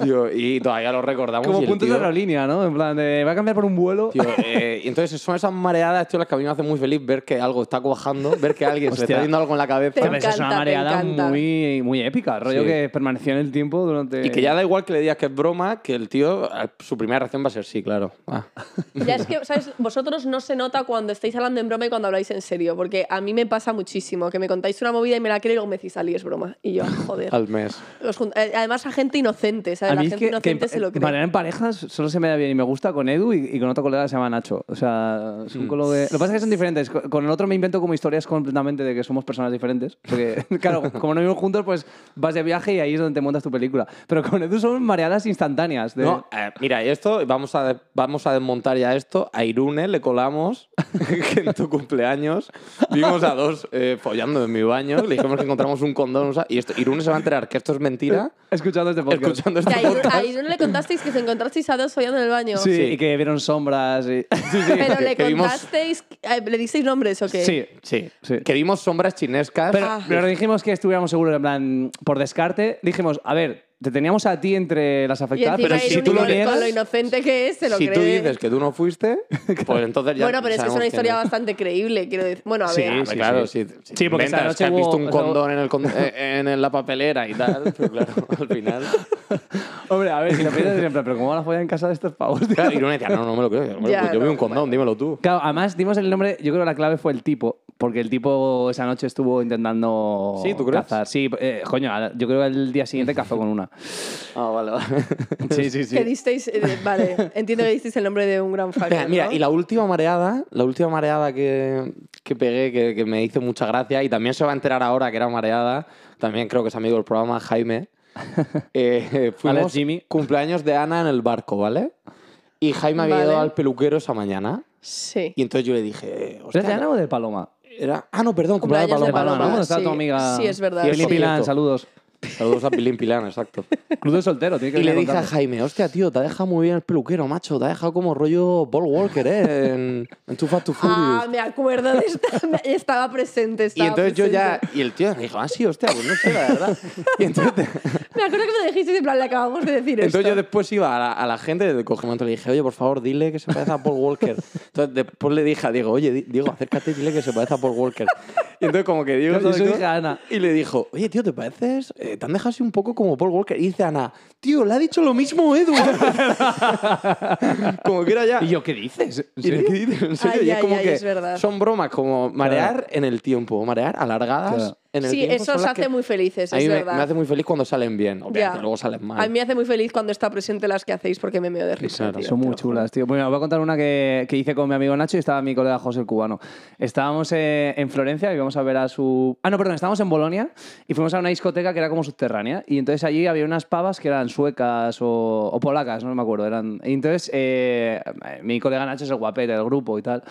S3: Tío, y todavía lo recordamos. y
S2: Como
S3: el
S2: puntos de
S3: tío-
S2: aerolínea, ¿no? En plan, de, va a cambiar por un vuelo.
S3: Tío, eh, y entonces son esas mareadas, tío, las que a mí me hacen muy feliz ver que algo está cuajando, ver que alguien se le
S2: Hostia.
S3: está yendo algo en la cabeza.
S4: Te
S2: Pero eso es una
S4: encanta, te
S2: mareada
S4: encanta.
S2: muy, muy épica, rollo
S3: Sí.
S2: que permaneció en el tiempo durante...
S3: Y que ya da igual que le digas que es broma, que el tío, a- su primera reacción va a ser sí, claro. Ah.
S4: Ya es que, ¿sabes? Vosotros no se nota cuando estáis hablando en broma y cuando habláis en serio, porque a mí me pasa muchísimo, que me contáis una movida y me la creo y luego me decís, Ali, es broma. Y yo,
S2: Eh,
S4: joder.
S3: Al mes.
S4: Os jun- eh, Además, a gente inocente, ¿sabes?
S2: A
S4: La
S2: mí es
S4: gente
S2: que,
S4: inocente
S2: que
S4: se lo cree.
S2: marear en parejas solo se me da bien y me gusta con Edu y, y con otro colega que se llama Nacho. O sea, es
S3: Mm.
S2: un colo de... Lo que pasa es que son diferentes. Co- Con el otro me invento como historias completamente de que somos personas diferentes. Porque, claro, como no vivimos juntos, pues vas de viaje y ahí es donde te montas tu película. Pero con Edu son mareadas instantáneas. De...
S3: No, eh, mira, esto, vamos a, de- vamos a desmontar ya esto. A Irune le colamos que en tu cumpleaños vimos a dos eh, follando en mi baño, le dijimos que encontramos un condón. o sea, y esto, Irune se va a enterar que esto es mentira
S2: Escuchando este podcast.
S3: escuchando
S4: Que
S3: este
S4: a Irún-
S3: podcast.
S4: a Irún le contasteis que se encontrasteis a dos follando en el baño.
S2: Sí,
S3: Sí.
S2: y que vieron sombras y...
S3: Sí, sí,
S4: Pero
S3: que-
S4: le
S3: que vimos-
S4: contasteis, eh, le disteis nombres o qué?
S2: Sí.
S3: Sí,
S2: Sí.
S3: que vimos sombras chinescas.
S2: Pero,
S4: Ah.
S2: pero dijimos que estuviéramos seguros, en plan, por descarte, dijimos, a ver, te teníamos a ti entre las
S4: Y
S2: afectadas,
S4: encima
S2: pero
S4: Irún
S2: si tú lo
S4: con- con lo
S2: niegas...
S4: inocente que es, se lo
S3: si tú
S4: cree.
S3: dices que tú no fuiste, pues entonces ya.
S4: bueno, pero es que es
S3: sabemos
S4: una
S3: que
S4: historia
S3: no.
S4: bastante creíble, quiero decir. Bueno, a
S2: Sí,
S4: ver.
S3: Ah, claro,
S2: sí.
S3: sí.
S2: Sí, porque esta noche
S3: que has
S2: hubo-
S3: visto un
S2: o sea,
S3: condón en, el con- eh, en la papelera y tal, pero claro, al final...
S2: Hombre, a ver, si lo piensas siempre, pero ¿cómo van a follar en casa de estos pavos? tío?
S3: Claro, y Irune decía, no, no me lo creo. Yo, hombre,
S4: Ya,
S3: pues yo vi
S4: no,
S3: un condón, dímelo tú.
S2: Claro, además dimos el nombre, yo creo que la clave fue el tipo, porque el tipo esa noche estuvo intentando
S3: Sí, ¿tú crees?
S2: cazar. Sí, eh, coño, al- yo creo que el día siguiente cazó con una.
S3: Ah, vale, vale.
S2: Sí, sí, sí.
S4: Que disteis, eh, vale, entiendo que disteis el nombre de un gran fan.
S3: Mira, mira, y la última mareada, la última mareada que, que pegué, que, que me hizo mucha gracia, y también se va a enterar ahora que era mareada, también creo que es amigo del programa, Jaime. Eh, eh, fuimos
S2: Jimmy.
S3: cumpleaños de Ana en el barco, ¿vale? Y Jaime había
S4: Vale.
S3: ido al peluquero esa mañana,
S4: Sí.
S3: y entonces yo le dije,
S2: ¿Eres de
S3: hostia,
S2: Ana o de Paloma?
S3: era... Ah, no, perdón, cumpleaños,
S4: Cumpleaños de
S3: de
S2: Paloma, ¿no?
S3: Paloma.
S4: Paloma,
S2: ¿Dónde está tu
S4: sí.
S2: amiga?
S4: Sí, es verdad,
S2: Felipe
S3: sí.
S2: Pilán, saludos.
S3: Saludos a Pilín Pilán, exacto.
S2: Cruz del soltero, tiene que
S3: Y le
S2: venir a
S3: dije a
S2: contarnos.
S3: Jaime, hostia, tío, te ha dejado muy bien el peluquero, macho. Te ha dejado como rollo Paul Walker, ¿eh? En, en Too Fast, Too Furious.
S4: Ah, me acuerdo de esta. me- Estaba presente.
S3: y
S4: Estaba
S3: entonces yo ya...
S4: presente.
S3: Y el tío me dijo, ah, sí, hostia, pues no sé, la verdad. Y entonces,
S4: Me acuerdo que me lo dijisteis, en plan, le acabamos de decir
S3: entonces
S4: esto.
S3: yo después iba a la, a la gente de Cogimento y le dije, oye, por favor, dile que se parece a Paul Walker. Entonces después le dije a Diego, oye, Di- Diego, acércate y dile que se parece a Paul Walker. Y entonces como que Diego...
S2: Yo
S3: se
S2: soy
S3: acercó
S2: hija Ana.
S3: Y le dijo, oye, tío, ¿te pareces? Eh, te han dejado así un poco como Paul Walker. Y dice Ana, tío, le ha dicho lo mismo Edu. como que era ya...
S2: ¿Y yo qué dices?
S3: Y le dices, en serio,
S4: Ay,
S3: y es
S4: ay,
S3: como
S4: ay,
S3: que
S4: es verdad.
S3: son bromas como marear en el tiempo, marear alargadas
S2: Claro.
S3: en el
S4: Sí,
S3: tiempo.
S4: eso
S3: son
S4: os
S3: las
S4: hace
S3: que
S4: muy felices,
S3: a mí
S4: es
S3: me,
S4: verdad.
S3: me hace muy feliz cuando salen bien, obviamente,
S4: Ya.
S3: luego salen mal.
S4: A mí me hace muy feliz cuando está presente las que hacéis porque me meo de risa.
S3: Claro.
S4: tío.
S2: Son muy chulas, tío. Bueno, os voy a contar una que, que hice con mi amigo Nacho y estaba mi colega José el cubano. Estábamos eh, en Florencia y íbamos a ver a su... Ah, no, perdón, estábamos en Bolonia y fuimos a una discoteca que era como subterránea y entonces allí había unas pavas que eran suecas o, o polacas, no me acuerdo. Eran... Y entonces eh, mi colega Nacho es el guapete del grupo y tal.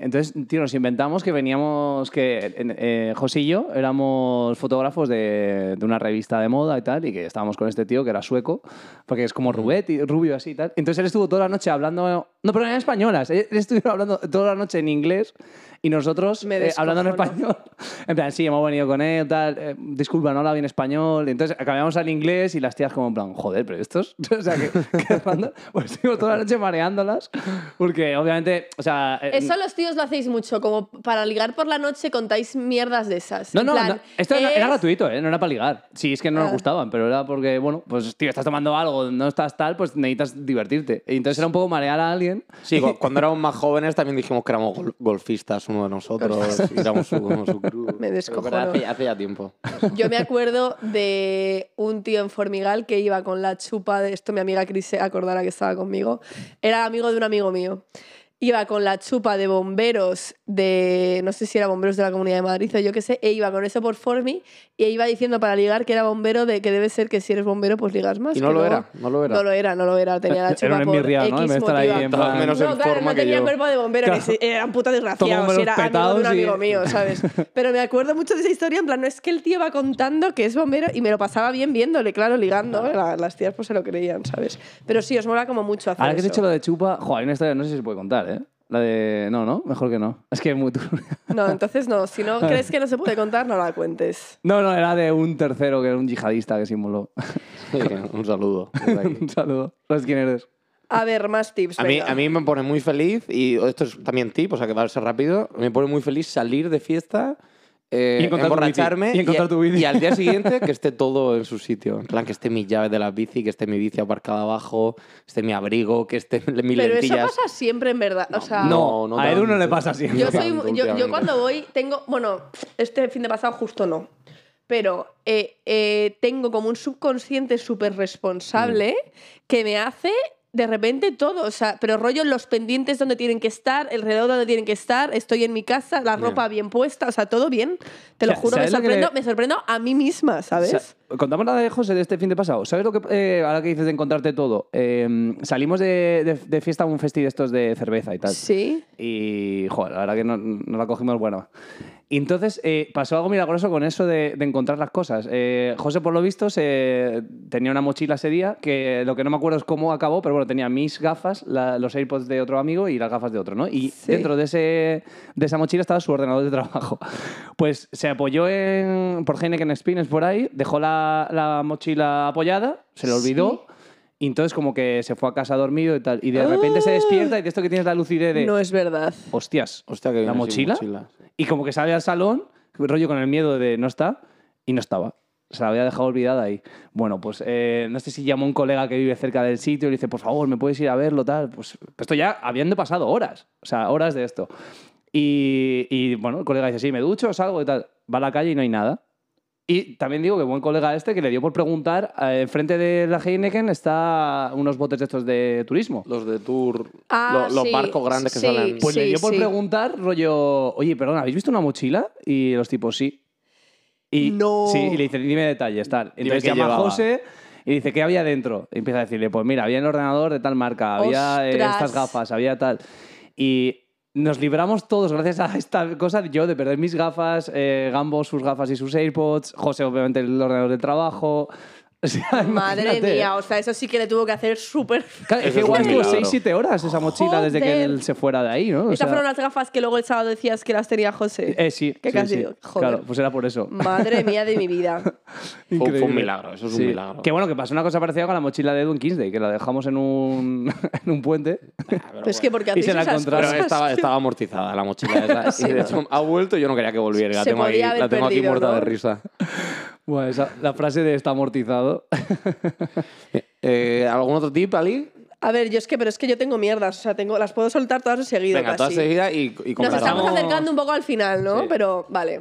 S2: Entonces, tío, nos inventamos que veníamos, que en- eh, José y yo éramos fotógrafos de, de una revista de moda y tal, y que estábamos con este tío que era sueco, porque es como rubet y rubio así y tal. Entonces él estuvo toda la noche hablando, no, pero eran españolas, él estuvo hablando toda la noche en inglés y nosotros
S4: Me
S2: eh, hablando en
S4: descojono.
S2: español. En plan, sí, hemos venido con él, tal, eh, disculpa, no habla bien español. Entonces cambiamos al inglés y las tías como en plan, joder, pero estos, o sea, que, que random. pues estuvimos toda la noche mareándolas, porque obviamente, o sea... eh,
S4: Eso los tíos tíos lo hacéis mucho, como para ligar por la noche contáis mierdas de esas.
S2: No,
S4: En
S2: no,
S4: plan,
S2: no. esto era, era
S4: es-
S2: gratuito, ¿eh? no era para ligar. Sí, es que no nos
S4: Ah.
S2: gustaban, pero era porque, bueno, pues tío, estás tomando algo, no estás tal, pues necesitas divertirte. Y entonces era un poco marear a alguien.
S3: Sí, cu- cuando éramos más jóvenes también dijimos que éramos gol- golfistas uno de nosotros. y éramos su, como su crew.
S4: Me descojono.
S3: Pero Hace, hace ya tiempo.
S4: Yo me acuerdo de un tío en Formigal que iba con la chupa de esto, mi amiga Cris se acordará que estaba conmigo. Era amigo de un amigo mío. Iba con la chupa de bomberos de, no sé si era bomberos de la Comunidad de Madrid o yo qué sé, e iba con eso por Formi y e iba diciendo para ligar que era bombero, de que debe ser que si eres bombero pues ligas más.
S3: Y no
S4: que
S3: lo
S4: luego-
S3: era, no lo era.
S4: No lo era, no lo era, tenía la
S2: Era
S4: chupa
S2: un
S4: por
S2: enmirriado,
S4: X
S2: ¿no? En vez de estar ahí
S4: motiva.
S2: en
S3: Estaba
S2: plan-
S3: menos
S4: No,
S3: en
S4: claro,
S3: forma
S4: no
S3: que
S4: tenía
S3: yo.
S4: cuerpo de bombero,
S2: Claro.
S4: que sí, eran putas desgraciados,
S2: Todos
S4: era amigo de un
S2: petados y-
S4: amigo mío, ¿sabes? Pero me acuerdo mucho de esa historia, en plan, no es que el tío va contando que es bombero y me lo pasaba bien viéndole, claro, ligando, la- las tías pues se lo creían, ¿sabes? Pero sí, os mola como mucho hacer
S2: Ahora que has
S4: eso.
S2: dicho lo de chupa, joder, hay una historia, no sé si se puede contar, ¿eh? La de. No, no, mejor que no. Es que es muy turbia.
S4: No, entonces no, si no crees que no se puede contar, no la cuentes.
S2: No, no, era de un tercero que era un yihadista que simuló.
S3: Sí, un saludo. desde aquí.
S2: un saludo. ¿Sabes quién eres?
S4: A ver, más tips.
S3: A mí,
S4: venga.
S3: a mí me pone muy feliz, y esto es también tip, o sea que va a ser rápido, me pone muy feliz salir de fiesta, eh,
S2: Y encontrar tu
S3: emborracharme
S2: bici. Y encontrar tu bici.
S3: y al día siguiente que esté todo en su sitio. En plan, que esté mi llave de la bici, que esté mi bici aparcada abajo, esté mi abrigo, que esté mi
S4: Pero eso
S3: lentillas.
S4: pasa siempre, en verdad. o sea,
S2: No,
S3: no
S2: a Edu no
S3: tanto.
S2: le pasa así.
S4: Yo,
S3: No
S4: soy,
S3: tanto,
S4: yo, yo
S3: últimamente.
S4: cuando voy tengo, bueno, este fin de pasado justo no, pero eh, eh, tengo como un subconsciente súper responsable
S2: Mm.
S4: que me hace de repente todo, o sea, pero rollo los pendientes donde tienen que estar, el reloj donde tienen que estar, estoy en mi casa, la ropa bien puesta, o sea, todo bien. Te lo
S2: Sa-
S4: juro, me
S2: ¿sabes lo que
S4: sorprendo,
S2: le-
S4: me sorprendo a mí misma, ¿sabes?
S2: O sea, contamos la de José de este fin de pasado. ¿Sabes lo que, eh, ahora que dices de encontrarte todo? Eh, salimos de, de- de fiesta a un festi de estos de cerveza y tal.
S4: sí.
S2: Y, joder, la verdad que no, no la cogimos buena. Y entonces eh, pasó algo milagroso con eso de, de encontrar las cosas. Eh, José, por lo visto, se, tenía una mochila ese día, que lo que no me acuerdo es cómo acabó, pero bueno, tenía mis gafas, la- los AirPods de otro amigo y las gafas de otro, ¿no? Y
S4: Sí.
S2: dentro de, ese, de esa mochila estaba su ordenador de trabajo. Pues se apoyó en, por Heineken Spines por ahí, dejó la, la mochila apoyada, se le olvidó. Y entonces como que se fue a casa dormido y tal. Y de repente se
S4: Ah.
S2: despierta y de esto que tienes la lucidez de
S4: No es verdad.
S2: hostias,
S3: Hostia, que
S2: la
S3: viene sin
S2: mochila,
S3: mochila.
S2: Y como que sale al salón, rollo con el miedo de no está, y no estaba. Se la había dejado olvidada ahí. Bueno, pues eh, no sé si llamó un colega que vive cerca del sitio y le dice, por favor, ¿me puedes ir a verlo? Tal. Pues esto ya habiendo pasado horas, o sea, horas de esto. Y, y, bueno, el colega dice, sí, me ducho, salgo y tal. Va a la calle y no hay nada. Y también digo que buen colega este que le dio por preguntar, eh, enfrente de la Heineken está unos botes de estos de turismo.
S3: Los de tour,
S4: Ah,
S3: lo- los
S4: sí,
S3: barcos grandes que
S4: sí.
S3: salen.
S2: Pues le
S4: Sí,
S2: dio por
S4: sí.
S2: preguntar, rollo, oye, perdón, ¿habéis visto una mochila? Y los tipos, sí. Y,
S4: No.
S2: Sí, y le dice, dime detalles, tal.
S3: Dime
S2: Entonces
S3: qué
S2: llama a
S3: llevaba.
S2: José y dice, ¿qué había dentro? Y empieza a decirle, pues mira, había el ordenador de tal marca, había eh,
S4: ¡Ostras!
S2: estas gafas, había tal. Y nos libramos todos gracias a esta cosa, yo de perder mis gafas, eh, Gambo sus gafas y sus AirPods, José obviamente el ordenador de trabajo. O sea,
S4: Madre
S2: imagínate.
S4: mía, o sea, eso sí que le tuvo que hacer súper
S2: Claro, es
S3: Eso
S2: que
S3: es
S2: igual
S3: un
S2: estuvo
S3: milagro.
S2: 6-7 horas esa mochila desde que
S4: Joder.
S2: él se fuera de ahí, ¿no? O
S4: Esas
S2: sea-
S4: fueron las gafas que luego el sábado decías que las tenía José.
S2: Eh, sí.
S4: Que
S2: sí,
S4: casi.
S2: sí.
S4: Joder. Mm.
S2: Claro, pues era por eso.
S4: Madre mía de mi vida.
S3: Fue- Fue,
S2: Increíble.
S3: un milagro, eso es
S2: Sí.
S3: un milagro.
S2: Que bueno, que pasó una cosa parecida con la mochila de Edwin Kingsday, que la dejamos en un, en un puente.
S4: Pero es que
S2: Y
S4: porque hacéis
S2: se la
S4: esas
S2: encontraron.
S4: cosas.
S3: Pero estaba, estaba amortizada la mochila esa. y de hecho ha vuelto y yo no quería que volviera. La
S4: Se
S3: tengo, aquí,
S4: podía haber
S3: la tengo aquí
S4: perdido,
S3: muerta
S4: ¿no?
S3: de risa.
S2: Bueno, esa- la frase de está amortizado.
S3: Eh, ¿Algún otro tip, Ali?
S4: A ver, yo es que, pero es que yo tengo mierdas, o sea, tengo, las puedo soltar todas de seguido.
S3: Venga,
S4: casi.
S3: toda seguida y, y
S4: Nos estamos
S3: completamos.
S4: acercando un poco al final, ¿no?
S3: Sí.
S4: Pero vale.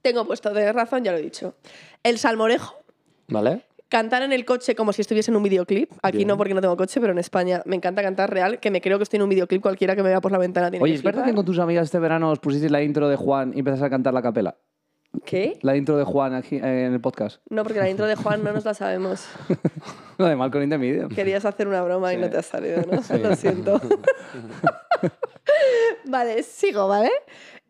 S4: Tengo puesto de razón, ya lo he dicho. El salmorejo.
S3: ¿Vale?
S4: Cantar en el coche como si estuviese en un videoclip. Aquí
S3: Bien.
S4: no porque no tengo coche, pero en España me encanta cantar real, que me creo que estoy en un videoclip cualquiera que me vea por la ventana. Tiene
S2: Oye,
S4: que
S2: ¿es verdad
S4: flipar.
S2: que con tus amigas este verano os pusisteis la intro de Juan y empezaste a cantar la capela?
S4: ¿Qué?
S2: La intro de Juan aquí, eh, en el podcast.
S4: No, porque la intro de Juan no nos la sabemos.
S2: Lo de Malcolm in the Media.
S4: Querías hacer una broma y no te ha salido, ¿no? Lo siento. vale, sigo, ¿vale?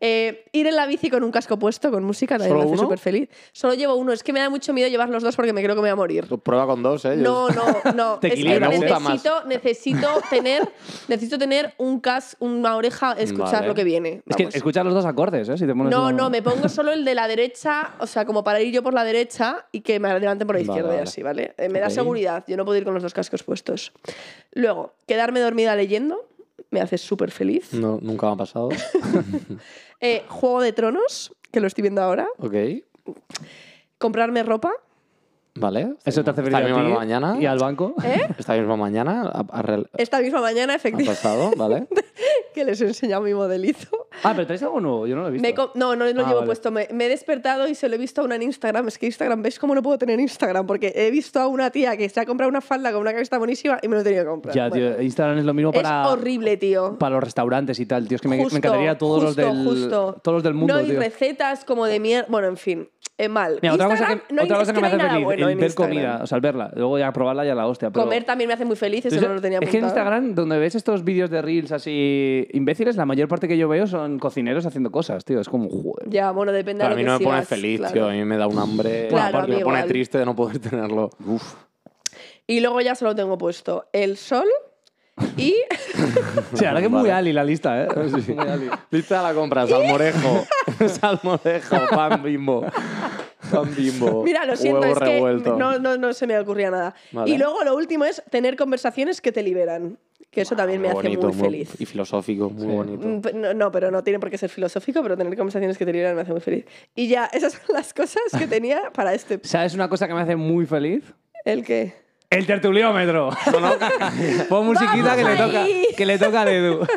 S4: Eh, ir en la bici con un casco puesto, con música, también me
S3: ¿Solo
S4: hace
S3: uno?
S4: súper feliz. Solo llevo uno, es que me da mucho miedo llevar los dos porque me creo que me voy a morir.
S3: Pues Prueba con dos, ¿eh? Yo-
S4: No, no, no.
S2: Te
S4: es que
S2: equilibra,
S3: gusta
S4: necesito, necesito tener, necesito tener un cas, una oreja, escuchar
S3: Vale.
S4: lo que viene.
S2: Es que
S4: vamos.
S2: escuchar los dos acordes, ¿eh? Si te pones
S4: No,
S2: uno-
S4: no, me pongo solo el de la derecha, o sea, como para ir yo por la derecha y que me adelanten por la
S3: Vale,
S4: izquierda y
S3: vale.
S4: así, ¿vale? Eh, me da
S3: Ok.
S4: seguridad, yo no puedo ir con los dos cascos puestos. Luego, quedarme dormida leyendo. me hace súper feliz.
S3: No, nunca me ha pasado.
S4: Eh, Juego de Tronos, que lo estoy viendo ahora.
S3: ok.
S4: Comprarme ropa.
S3: Vale.
S2: Eso te hace feliz
S3: Esta
S2: a
S3: misma
S2: ti
S3: mañana.
S2: y al banco.
S4: ¿Eh?
S3: Esta misma mañana ha, ha re-
S4: Esta misma mañana,
S3: ha
S4: efectivamente,
S3: pasado, ¿vale?
S4: que les he enseñado mi modelizo.
S2: Ah, pero traes algo nuevo, yo no lo he visto.
S4: Me he com- no, no lo
S2: Ah,
S4: llevo
S2: vale.
S4: puesto. Me, me he despertado y se lo he visto a una en Instagram. Es que Instagram, ¿veis cómo no puedo tener Instagram? Porque he visto a una tía que se ha comprado una falda con una camiseta buenísima y me lo he tenido que comprar.
S2: Ya,
S4: Bueno,
S2: tío, Instagram es lo mismo para,
S4: Es horrible, tío.
S2: para los restaurantes y tal, tío. Es que me, me
S4: Justo,
S2: encantaría todos
S4: justo,
S2: los del
S4: justo.
S2: todos los del mundo,
S4: No, y
S2: tío.
S4: recetas como de mierda. Bueno, en fin, es mal.
S2: Mira, otra cosa
S4: Instagram,
S2: que,
S4: no hay-
S2: otra cosa
S4: es
S2: que me
S4: no hay
S2: hace
S4: nada
S2: feliz,
S4: bueno
S2: el
S4: en
S2: ver
S4: Instagram.
S2: comida, o sea, al verla, luego ya probarla ya la hostia. pero-
S4: Comer también me hace muy feliz, eso
S2: Entonces,
S4: no lo tenía
S2: es que en
S4: apuntado.
S2: Instagram, donde ves estos vídeos de reels así imbéciles, la mayor parte que yo veo son cocineros haciendo cosas, tío. Es como, joder.
S4: Ya, bueno, depende
S3: Para
S4: de lo
S3: mí
S4: que
S3: no me pone
S4: sigas,
S3: feliz,
S4: claro.
S3: tío. A mí me da un hambre.
S4: Claro,
S3: Aparte,
S4: a mí
S3: me pone
S4: igual.
S3: triste de no poder tenerlo.
S4: Y luego ya solo tengo puesto el sol y
S2: Sí, ahora que es muy
S3: Vale.
S2: ali la lista, ¿eh? Muy ali.
S3: Lista la compra, salmorejo. salmorejo, pan bimbo. Pan bimbo.
S4: Mira, lo siento,
S3: huevo
S4: es que
S3: revuelto.
S4: no, no, no se me ocurría nada.
S3: Vale.
S4: Y luego lo último es tener conversaciones que te liberan, que eso también me hace
S3: bonito,
S4: muy feliz.
S3: Y filosófico, muy
S4: Mm,
S3: bonito.
S4: pe- No, no, pero no tiene por qué ser filosófico, pero tener conversaciones que te liberan me hace muy feliz. Y ya, esas son las cosas que tenía para este.
S2: ¿Sabes una cosa que me hace muy feliz?
S4: ¿El qué?
S2: El tertuliómetro. Pon musiquita que le,
S4: Vamos
S2: toca,
S4: ahí.
S2: que le toca a Edu.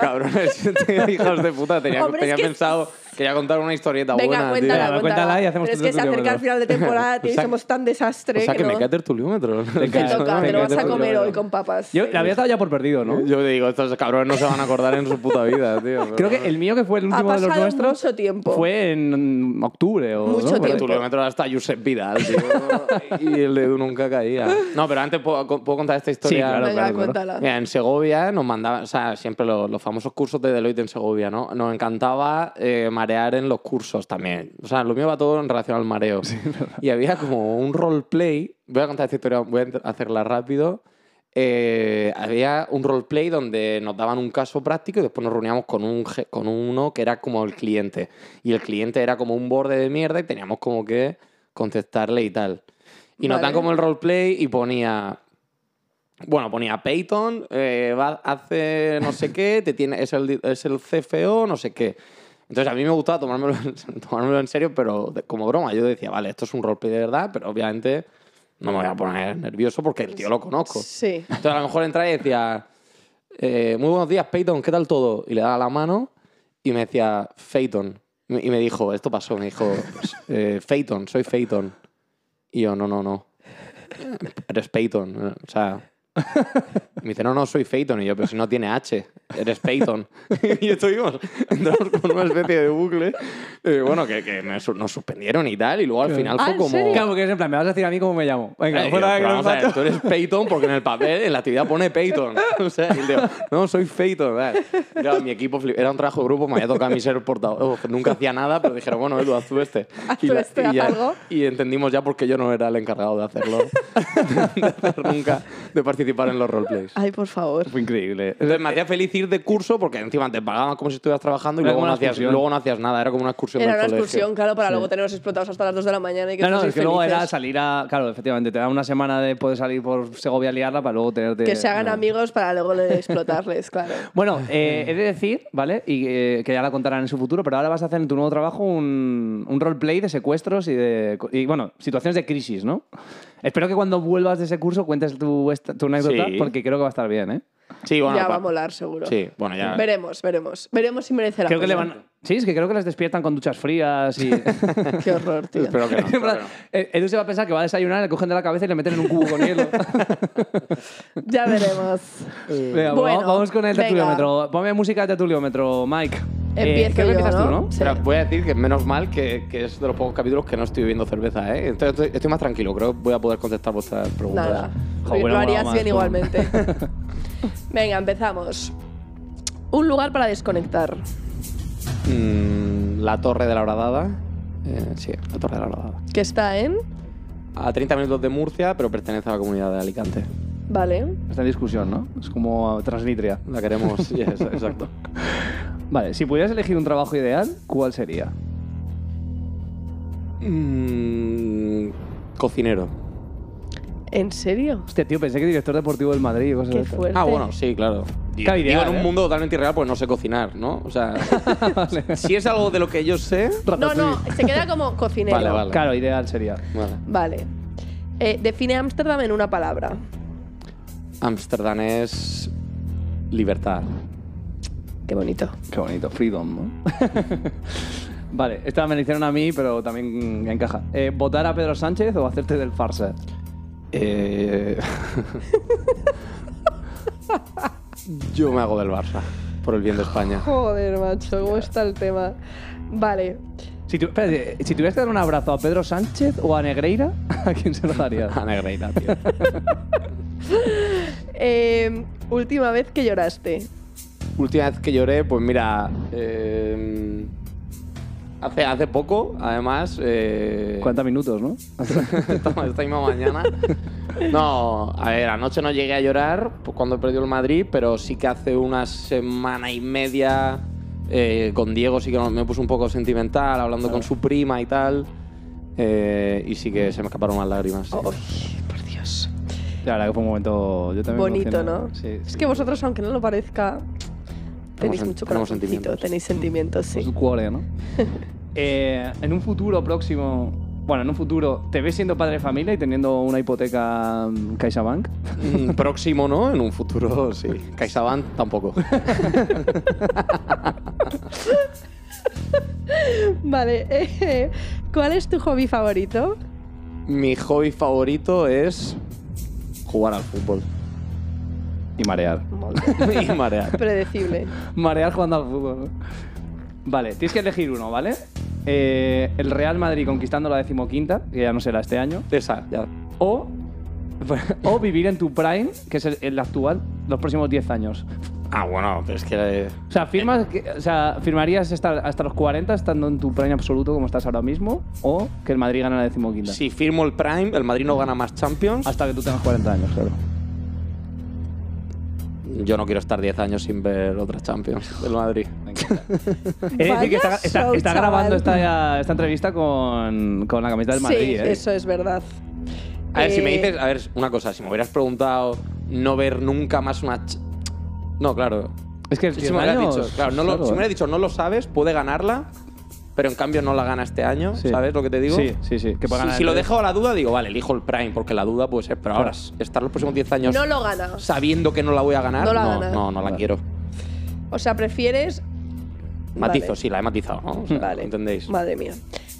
S3: Cabrones, hijos de puta. Tenía,
S4: Hombre, es
S3: tenía
S4: que-
S3: pensado, quería contar una historieta
S4: Venga,
S3: buena. tío.
S4: cuéntala,
S2: Venga,
S4: cuéntala.
S2: cuéntala y hacemos
S4: Pero es que se
S2: tertuliómetro.
S4: acerca al final de temporada tío, y
S3: O sea,
S4: somos tan desastre
S3: O sea, que
S4: no.
S3: me cae tertuliómetro.
S2: Te
S4: Te
S2: cae,
S4: toca,
S2: me
S4: te lo
S2: cae
S4: vas a comer
S2: tertuliómetro.
S4: hoy con papas.
S2: Yo la había dado ya por perdido, ¿no?
S3: Yo te digo, estos cabrones no se van a acordar en su puta vida, tío. pero
S2: Creo
S3: no.
S2: que el mío, que fue el último de los
S4: pasado
S2: nuestros,
S4: mucho tiempo.
S2: fue en octubre o
S4: Mucho
S2: ¿no? Por ahí.
S4: tiempo.
S3: Tertuliómetro hasta Josep Vidal, tío. y el Edu nunca caía. No, pero antes puedo, puedo contar esta historia.
S2: Sí, claro,
S4: Venga, claro, claro. cuéntala.
S3: Mira, en Segovia nos mandaban, o sea, siempre lo- los, famosos cursos de Deloitte en Segovia, ¿no? Nos encantaba eh, marear en los cursos también. O sea, lo mío va todo en relación al mareo. y había como un roleplay. Voy a contar esta historia, voy a ent- hacerla rápido. Eh, había un roleplay donde nos daban un caso práctico y después nos reuníamos con, un, je- con uno que era como el cliente. Y el cliente era como un borde de mierda y teníamos como que contestarle y tal. Y nos
S4: Vale.
S3: dan como el roleplay y ponía. Bueno, ponía Peyton, eh, va- hace no sé qué, te tiene, es, el, es el CFO, no sé qué. Entonces a mí me gustaba tomármelo, en- tomármelo en serio, pero de- como broma. Yo decía, vale, esto es un roleplay de verdad, pero obviamente no me voy a poner nervioso porque el tío lo conozco.
S4: Sí.
S3: Entonces a lo mejor entraba y decía, eh, muy buenos días, Peyton, ¿qué tal todo? Y le daba la mano y me decía, Peyton. Y me dijo, esto pasó, me dijo, eh, Peyton, soy Peyton. Y yo, no, no, no. Eres Peyton. O sea. Me dice, no, no, soy Peyton. Y yo, pero si no tiene H, eres Peyton. y estuvimos, entramos con una especie de bucle. eh, bueno, que, que me su- nos suspendieron y tal. Y luego al final
S4: Ah,
S3: fue
S4: ¿en
S3: como.
S4: serio?
S2: Claro, porque es en plan, me vas a decir a mí cómo me llamo. Venga,
S3: Eh,
S2: fuera
S3: yo,
S2: de que
S3: pero
S2: lo
S3: vamos a ver,
S2: empacho.
S3: tú eres Peyton porque en el papel, en la actividad pone Peyton. O sea, y el tío, no, soy Peyton. ¿vale? Claro, mi equipo flip- era un trabajo de grupo, me había tocado a mí ser portavoz. Nunca hacía nada, pero dijeron, bueno, Edu, haz tú este.
S4: Haz tú este, haz
S3: ya-
S4: algo.
S3: y entendimos ya por qué yo no era el encargado de hacerlo. de hacer nunca, de participar en los roleplays.
S4: Ay, por favor.
S2: Fue increíble.
S3: Entonces me hacía feliz ir de curso porque encima te pagaban como si estuvieras trabajando y
S2: Era
S3: luego
S2: como
S3: no,
S2: una
S3: hacías,
S2: excursión.
S3: luego no hacías nada, era como una excursión
S4: Era
S3: del
S4: una
S3: colegio.
S4: excursión, claro, para luego tenerlos explotados hasta las 2 de la mañana y que
S2: No, no,
S4: fueseis
S2: es que luego
S4: felices.
S2: era salir a. Claro, efectivamente, te da una semana de poder salir por Segovia a liarla para luego tenerte.
S4: Que se hagan
S2: no.
S4: amigos para luego le- explotarles, claro.
S2: Bueno, eh, he de decir, ¿vale? Y eh, que ya la contarán en su futuro, pero ahora vas a hacer en tu nuevo trabajo un, un roleplay de secuestros y de. Y bueno, situaciones de crisis, ¿no? Espero que cuando vuelvas de ese curso cuentes tu, esta- tu anécdota,
S3: Sí.
S2: porque creo que va a estar bien, ¿eh?
S3: Sí, bueno,
S4: ya
S3: pa-
S4: va a molar, seguro.
S3: Sí, bueno, ya.
S4: Veremos, veremos. Veremos si merecerá.
S2: Creo que le
S4: pena.
S2: van. Sí, es que creo que les despiertan con duchas frías y.
S4: Qué horror, tío.
S3: Espero que no,
S2: En
S3: espero
S2: plan,
S3: que no.
S2: eh, Edu se va a pensar que va a desayunar, le cogen de la cabeza y le meten en un cubo con hielo.
S4: Ya veremos.
S2: Venga,
S4: Bueno,
S2: vamos- vamos con el
S4: venga.
S2: tertuliómetro. Ponme música de tertuliómetro, Mike. Eh,
S4: Empiezo
S2: creo que
S4: yo,
S2: empiezas tú,
S4: ¿no?
S2: ¿no?
S4: Sí.
S3: Pero voy a decir que menos mal que, que es de los pocos capítulos que no estoy bebiendo cerveza, ¿eh? Entonces estoy, estoy más tranquilo, creo que voy a poder contestar vuestras preguntas.
S4: Nada.
S2: Jo, bueno,
S4: lo
S2: molaba
S4: harías
S2: más,
S4: bien
S2: tú.
S4: igualmente. Venga, empezamos. Un lugar para desconectar.
S3: Mm, la Torre de la Horadada. Eh, sí, la Torre de la Horadada.
S4: Que está en.
S3: A 30 minutos de Murcia, pero pertenece a la comunidad de Alicante.
S4: Vale.
S2: Está en discusión, ¿no? Es como Transnitria.
S3: La queremos, sí, es- exacto.
S2: Vale, si pudieras elegir un trabajo ideal, ¿cuál sería?
S3: Mm, cocinero.
S4: ¿En serio?
S2: Hostia, tío, pensé que director deportivo del Madrid y cosas
S4: Qué
S2: de estas.
S4: fuerte.
S3: Ah, bueno, sí, claro. Digo,
S2: Qué ideal,
S3: en un
S2: ¿eh?
S3: mundo totalmente irreal, pues no sé cocinar, ¿no? O sea, si es algo de lo que yo sé...
S4: No, no, se queda como cocinero.
S3: Vale, vale.
S2: Claro, ideal sería.
S3: Vale.
S4: Vale. Eh, define Ámsterdam en una palabra.
S3: Ámsterdam es libertad.
S4: Qué bonito.
S2: Qué bonito, freedom, ¿no? vale, esta me la hicieron a mí, pero también encaja. Eh, ¿Votar a Pedro Sánchez o hacerte del farsa?
S3: Eh, Yo me hago del Barça, por el bien de España.
S4: Joder, macho, ¿cómo está el tema? Vale.
S2: Si, tu- espérate, si tuvieras que dar un abrazo a Pedro Sánchez o a Negreira, ¿a quién se lo darías?
S3: A Negreira, tío.
S4: Eh, última vez que lloraste.
S3: Última vez que lloré, pues mira... eh, Hace, hace poco, además... Eh...
S2: 40 minutos, ¿no?
S3: esta, esta misma mañana. No, a ver, anoche no llegué a llorar pues, cuando perdió el Madrid, pero sí que hace una semana y media eh, con Diego sí que me puse un poco sentimental, hablando con su prima y tal. eh, y sí que se me escaparon las lágrimas. sí.
S4: Ay, por Dios.
S2: La verdad que fue un momento yo también
S4: Bonito,
S2: emocionado.
S4: ¿no?
S2: Sí,
S4: Es
S2: sí.
S4: que vosotros, aunque no lo parezca, tenéis
S3: sen-
S4: mucho
S3: tenemos
S4: corazoncito,
S3: sentimientos.
S4: tenéis sentimientos,
S2: Mm, Por
S4: sí.
S2: su cuore, ¿no? Eh, en un futuro próximo, bueno, en un futuro, ¿te ves siendo padre de familia y teniendo una hipoteca mm, CaixaBank?
S3: Mm, Próximo, ¿no? En un futuro, sí. CaixaBank tampoco.
S4: Vale. eh, ¿Cuál es tu hobby favorito?
S3: Mi hobby favorito es jugar al fútbol
S2: Y marear.
S3: y marear.
S4: Predecible.
S2: Marear jugando al fútbol. ¿no? Vale, tienes que elegir uno, ¿vale? Eh, el Real Madrid conquistando la decimoquinta, que ya no será este año,
S3: Esa, ya.
S2: o, o vivir en tu prime, que es el, el actual, los próximos 10 años.
S3: Ah, bueno, pero es que... eh,
S2: O sea, firmas, que- o sea, ¿firmarías hasta, hasta los 40 estando en tu prime absoluto como estás ahora mismo? ¿O que el Madrid gana la decimoquinta?
S3: Si firmo el Prime, el Madrid no gana más Champions.
S2: Hasta que tú tengas 40 años, claro.
S3: Yo no quiero estar 10 años sin ver otras Champions del Madrid.
S2: Es decir, que está,
S4: Vaya
S2: está-
S4: show,
S2: está
S4: chaval.
S2: grabando esta, esta entrevista con, con la camiseta del Madrid,
S4: sí,
S2: ¿eh?
S4: eso es verdad.
S3: A ver, si me
S4: Eh,
S3: dices, a ver, una cosa, si me hubieras preguntado no ver nunca más una. ch- No, claro.
S2: Es que el
S3: Si me hubieras dicho, claro, no lo- si me
S2: ¿eh?
S3: hubieras dicho, no lo sabes, puede ganarla, pero en cambio no la gana este año,
S2: Sí.
S3: ¿sabes lo que te digo?
S2: Sí, sí, sí. Que puede
S3: Si,
S2: ganar
S3: si lo
S2: el-
S3: dejo a la duda, digo, vale, elijo el Prime, porque la duda puede ser, pero ahora, estar los próximos 10 años
S4: No lo gana.
S3: sabiendo que no la voy a ganar,
S4: No
S3: no,
S4: la
S3: no,
S4: gana.
S3: no, la
S2: Vale.
S3: quiero.
S4: O sea, prefieres.
S3: Matizo,
S4: Vale.
S3: sí, la he matizado, ¿no? O sea,
S4: Vale.
S3: ¿Entendéis?
S4: Madre mía.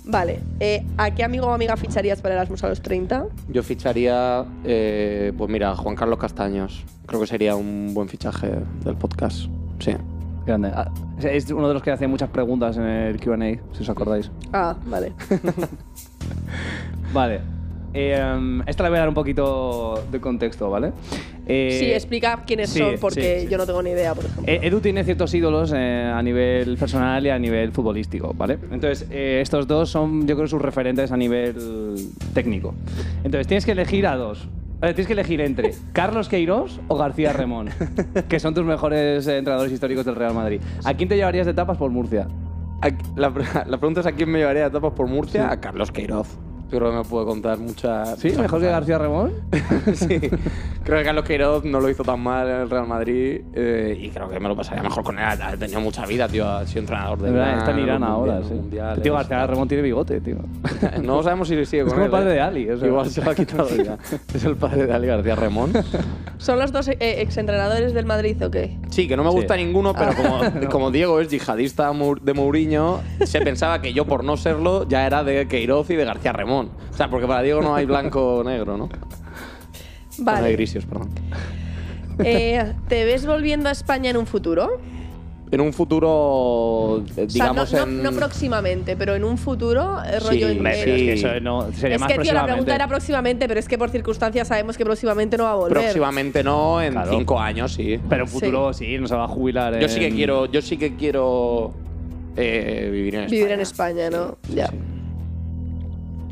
S4: Vale. eh, ¿A qué amigo o amiga ficharías para Erasmus a los 30?
S3: Yo ficharía, eh, pues mira, Juan Carlos Castaños. Creo que sería un buen fichaje del podcast. Sí.
S2: Grande. Ah, Es uno de los que hace muchas preguntas en el QA, si os acordáis.
S4: Ah, vale.
S2: Vale. Eh, esta le voy a dar un poquito de contexto, ¿vale? Eh,
S4: sí, explica quiénes
S2: sí,
S4: son porque
S2: sí, sí.
S4: yo no tengo ni idea, por ejemplo.
S2: Eh, Edu tiene ciertos ídolos eh, a nivel personal y a nivel futbolístico, ¿vale? Entonces, eh, estos dos son, yo creo, sus referentes a nivel técnico. Entonces, tienes que elegir a dos. Eh, tienes que elegir entre Carlos Queiroz o García Remón, que son tus mejores eh, entrenadores históricos del Real Madrid. ¿A quién te llevarías de tapas por Murcia?
S3: A- La, pre- la pregunta es a quién me llevaría a tapas por Murcia. A Carlos Queiroz. Yo creo que me puedo contar muchas.
S2: ¿Sí? ¿Mejor que García Remón? Pues
S3: sí. Creo que Carlos Queiroz no lo hizo tan mal en el Real Madrid eh, y creo que me lo pasaría mejor con él. Ha tenido mucha vida, tío. Ha sido entrenador de
S2: De verdad, está en
S3: Irán,
S2: Irán
S3: los
S2: ahora,
S3: mundiales,
S2: sí.
S3: los mundiales.
S2: Tío, García Remón tiene bigote, tío.
S3: No sabemos si sigue
S2: Es
S3: con
S2: como
S3: él,
S2: el padre
S3: eh.
S2: de Ali, o sea.
S3: Igual se lo ha quitado ya. Es el padre de Ali García Remón.
S4: ¿Son los dos eh, exentrenadores del Madrid o qué?
S3: Sí, que no me gusta
S2: Sí. Ah.
S3: ninguno, pero como, como Diego es yihadista Mou- de Mourinho, se pensaba que yo por no serlo ya era de Queiroz y de García Remón. O sea, porque para Diego no hay blanco o negro, ¿no? No hay
S4: Vale.
S3: grises, perdón.
S4: Eh, ¿Te ves volviendo a España en un futuro?
S3: En un futuro, eh,
S4: o
S3: digamos
S4: sea, no- no,
S3: en...
S4: no próximamente, pero en un futuro, eh,
S3: Sí,
S4: rollo en-
S3: hombre, pero
S4: eh,
S3: es que
S2: eso no, sería
S4: es
S2: más
S4: que, tío, la pregunta
S2: próximamente.
S4: era próximamente, pero es que por circunstancias sabemos que próximamente no va a volver.
S3: próximamente no, en
S2: Claro.
S3: cinco años sí.
S2: Pero en futuro sí, nos va a jubilar.
S3: Yo sí que
S2: en-
S3: quiero, yo sí que quiero eh, vivir en España.
S4: Vivir en España, ¿no? ya.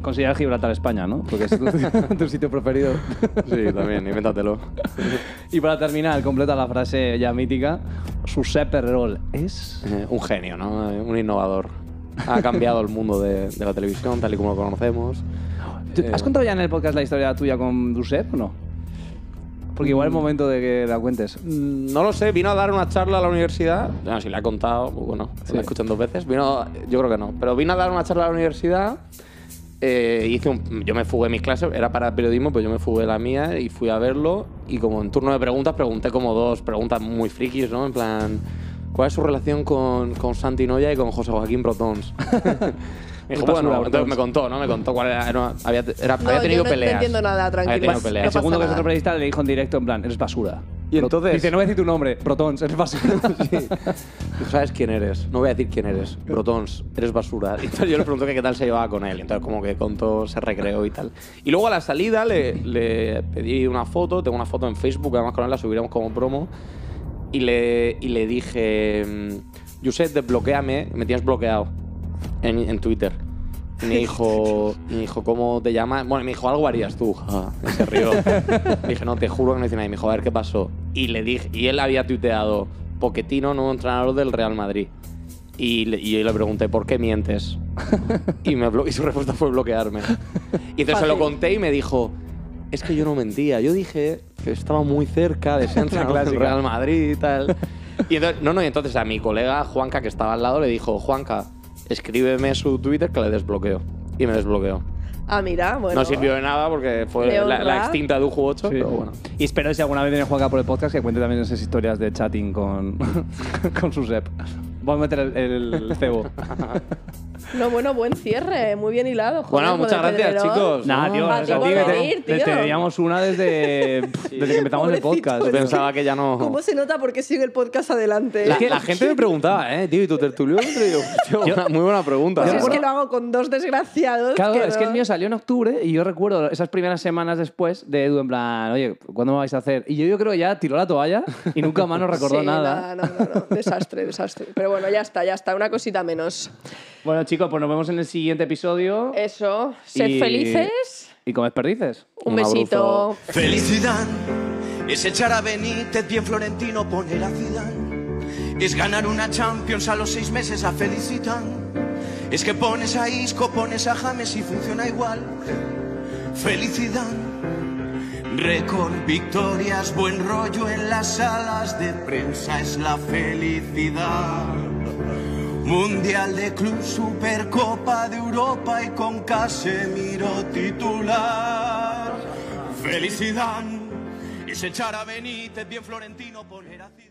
S2: Considerar Gibraltar España, ¿no? Porque es tu, tu sitio preferido.
S3: Sí, también, invéntatelo.
S2: Y para terminar, completa la frase ya mítica. Su Roll es...
S3: Eh, un genio, ¿no? Eh, Un innovador. Ha cambiado el mundo de, de la televisión, tal y como lo conocemos.
S2: ¿Tú-
S3: Eh,
S2: ¿Has contado ya en el podcast la historia tuya con Dusep o no? Porque igual es momento de que la cuentes.
S3: Mm, No lo sé, vino a dar una charla a la universidad. Bueno, si la ha contado, pues bueno, se la escuchan dos veces. Vino, yo creo que no, pero vino a dar una charla a la universidad. eh, hice un- yo me fugué mis clases, era para periodismo, pero yo me fugué la mía y fui a verlo. Y como en turno de preguntas, pregunté como dos preguntas muy frikis, ¿no? En plan, ¿cuál es su relación con, con Santi Noya y con José Joaquín Brotons? Me dijo,
S2: Puta
S3: bueno,
S2: basura,
S3: entonces
S2: Brotons.
S3: me contó, ¿no? Me contó cuál era. era- había, era-
S4: No,
S3: había
S4: yo
S3: tenido
S4: no- no
S3: peleas.
S4: entiendo nada,
S3: Había
S4: tranquilo.
S3: tenido
S4: Vas-
S3: peleas.
S2: El
S4: pasa
S2: segundo que es
S4: nada.
S2: otro periodista le dijo en directo, en plan, eres basura.
S3: Y
S2: Pro-
S3: entonces-
S2: Dice, no voy a decir tu nombre, Protons, eres basura.
S3: Sí. Tú sabes quién eres. No voy a decir quién eres. Brotons, eres basura. Y entonces yo le pregunto que qué tal se llevaba con él. Entonces como que contó, se recreó y tal. Y luego a la salida le, le pedí una foto. Tengo una foto en Facebook. Además con él la subiremos como promo. Y le, y le dije... mm, Josep, desbloqueame. Me tienes bloqueado en, en Twitter. Y me dijo, y me dijo, ¿cómo te llamas? Bueno, y me dijo, algo harías tú. Ah, y se rió. dije, no, te juro que no hice nada. Y me dijo, a ver qué pasó. Y le dije, y él había tuiteado, Poquetino, nuevo entrenador del Real Madrid. Y, le- y yo le pregunté, ¿por qué mientes? y, me blo- y su respuesta fue bloquearme. Y entonces se lo
S4: Fácil.
S3: conté y me dijo, es que yo no mentía. Yo dije que estaba muy cerca de ser entrenador del
S2: clásica.
S3: Real Madrid y tal. Y entonces, no, no, y entonces a mi colega Juanca, que estaba al lado, le dijo, Juanca, escríbeme su Twitter que le desbloqueo. Y me desbloqueó.
S4: Ah, mira, bueno.
S3: No sirvió de nada porque fue
S4: Le
S3: la, la
S4: honra.
S3: extinta Duju 8,
S2: Sí.
S3: pero bueno.
S2: Y espero si alguna vez viene Juanca por el podcast que cuente también esas historias de chatting con, con su rep. Voy a meter el, el cebo.
S4: No, bueno, buen cierre. Muy bien hilado. joder,
S3: Bueno,
S4: con
S3: muchas
S4: el
S3: gracias,
S4: Pedrerol.
S3: chicos.
S2: Nah, tío,
S4: Ah,
S2: gracias a
S4: tío,
S2: ti
S4: por
S2: que te-
S4: venir,
S2: te
S4: tío.
S2: teníamos una desde, desde que empezamos el
S4: Pobrecito,
S2: podcast.
S4: es que-
S3: Pensaba que ya no.
S4: ¿Cómo se nota por qué sigue el podcast adelante?
S3: La, la gente me preguntaba, ¿eh? Tío, ¿y tu tertuliómetro? Y yo, tío, una- muy buena pregunta.
S4: Pues
S2: Yo
S4: es
S2: recuerdo-
S4: que lo hago con dos desgraciados.
S2: Claro,
S4: que
S2: es que
S4: no.
S2: el mío salió en octubre y yo recuerdo esas primeras semanas después de Edu en plan, oye, ¿cuándo me vais a hacer? Y yo, yo creo que ya tiró la toalla y nunca más nos recordó
S4: Sí,
S2: nada.
S4: No, no, no. Desastre, desastre. Pero bueno, ya está, ya está. Una cosita menos.
S2: Bueno, chicos, pues nos vemos en el siguiente episodio.
S4: Eso. Sed
S2: Y-
S4: felices.
S2: Y comed perdices.
S4: Un,
S3: Un
S4: besito.
S3: abrazo.
S5: Felicidad es echar a Benítez y en Florentino poner a Zidane. Es ganar una Champions a los seis meses a Felicitan. Es que pones a Isco, pones a James y funciona igual. Felicidad, récord, victorias, buen rollo en las salas de prensa es la felicidad. Mundial de Club, Supercopa de Europa y con Casemiro titular. Felicidad es echar a Benítez, bien Florentino poner a Zidane.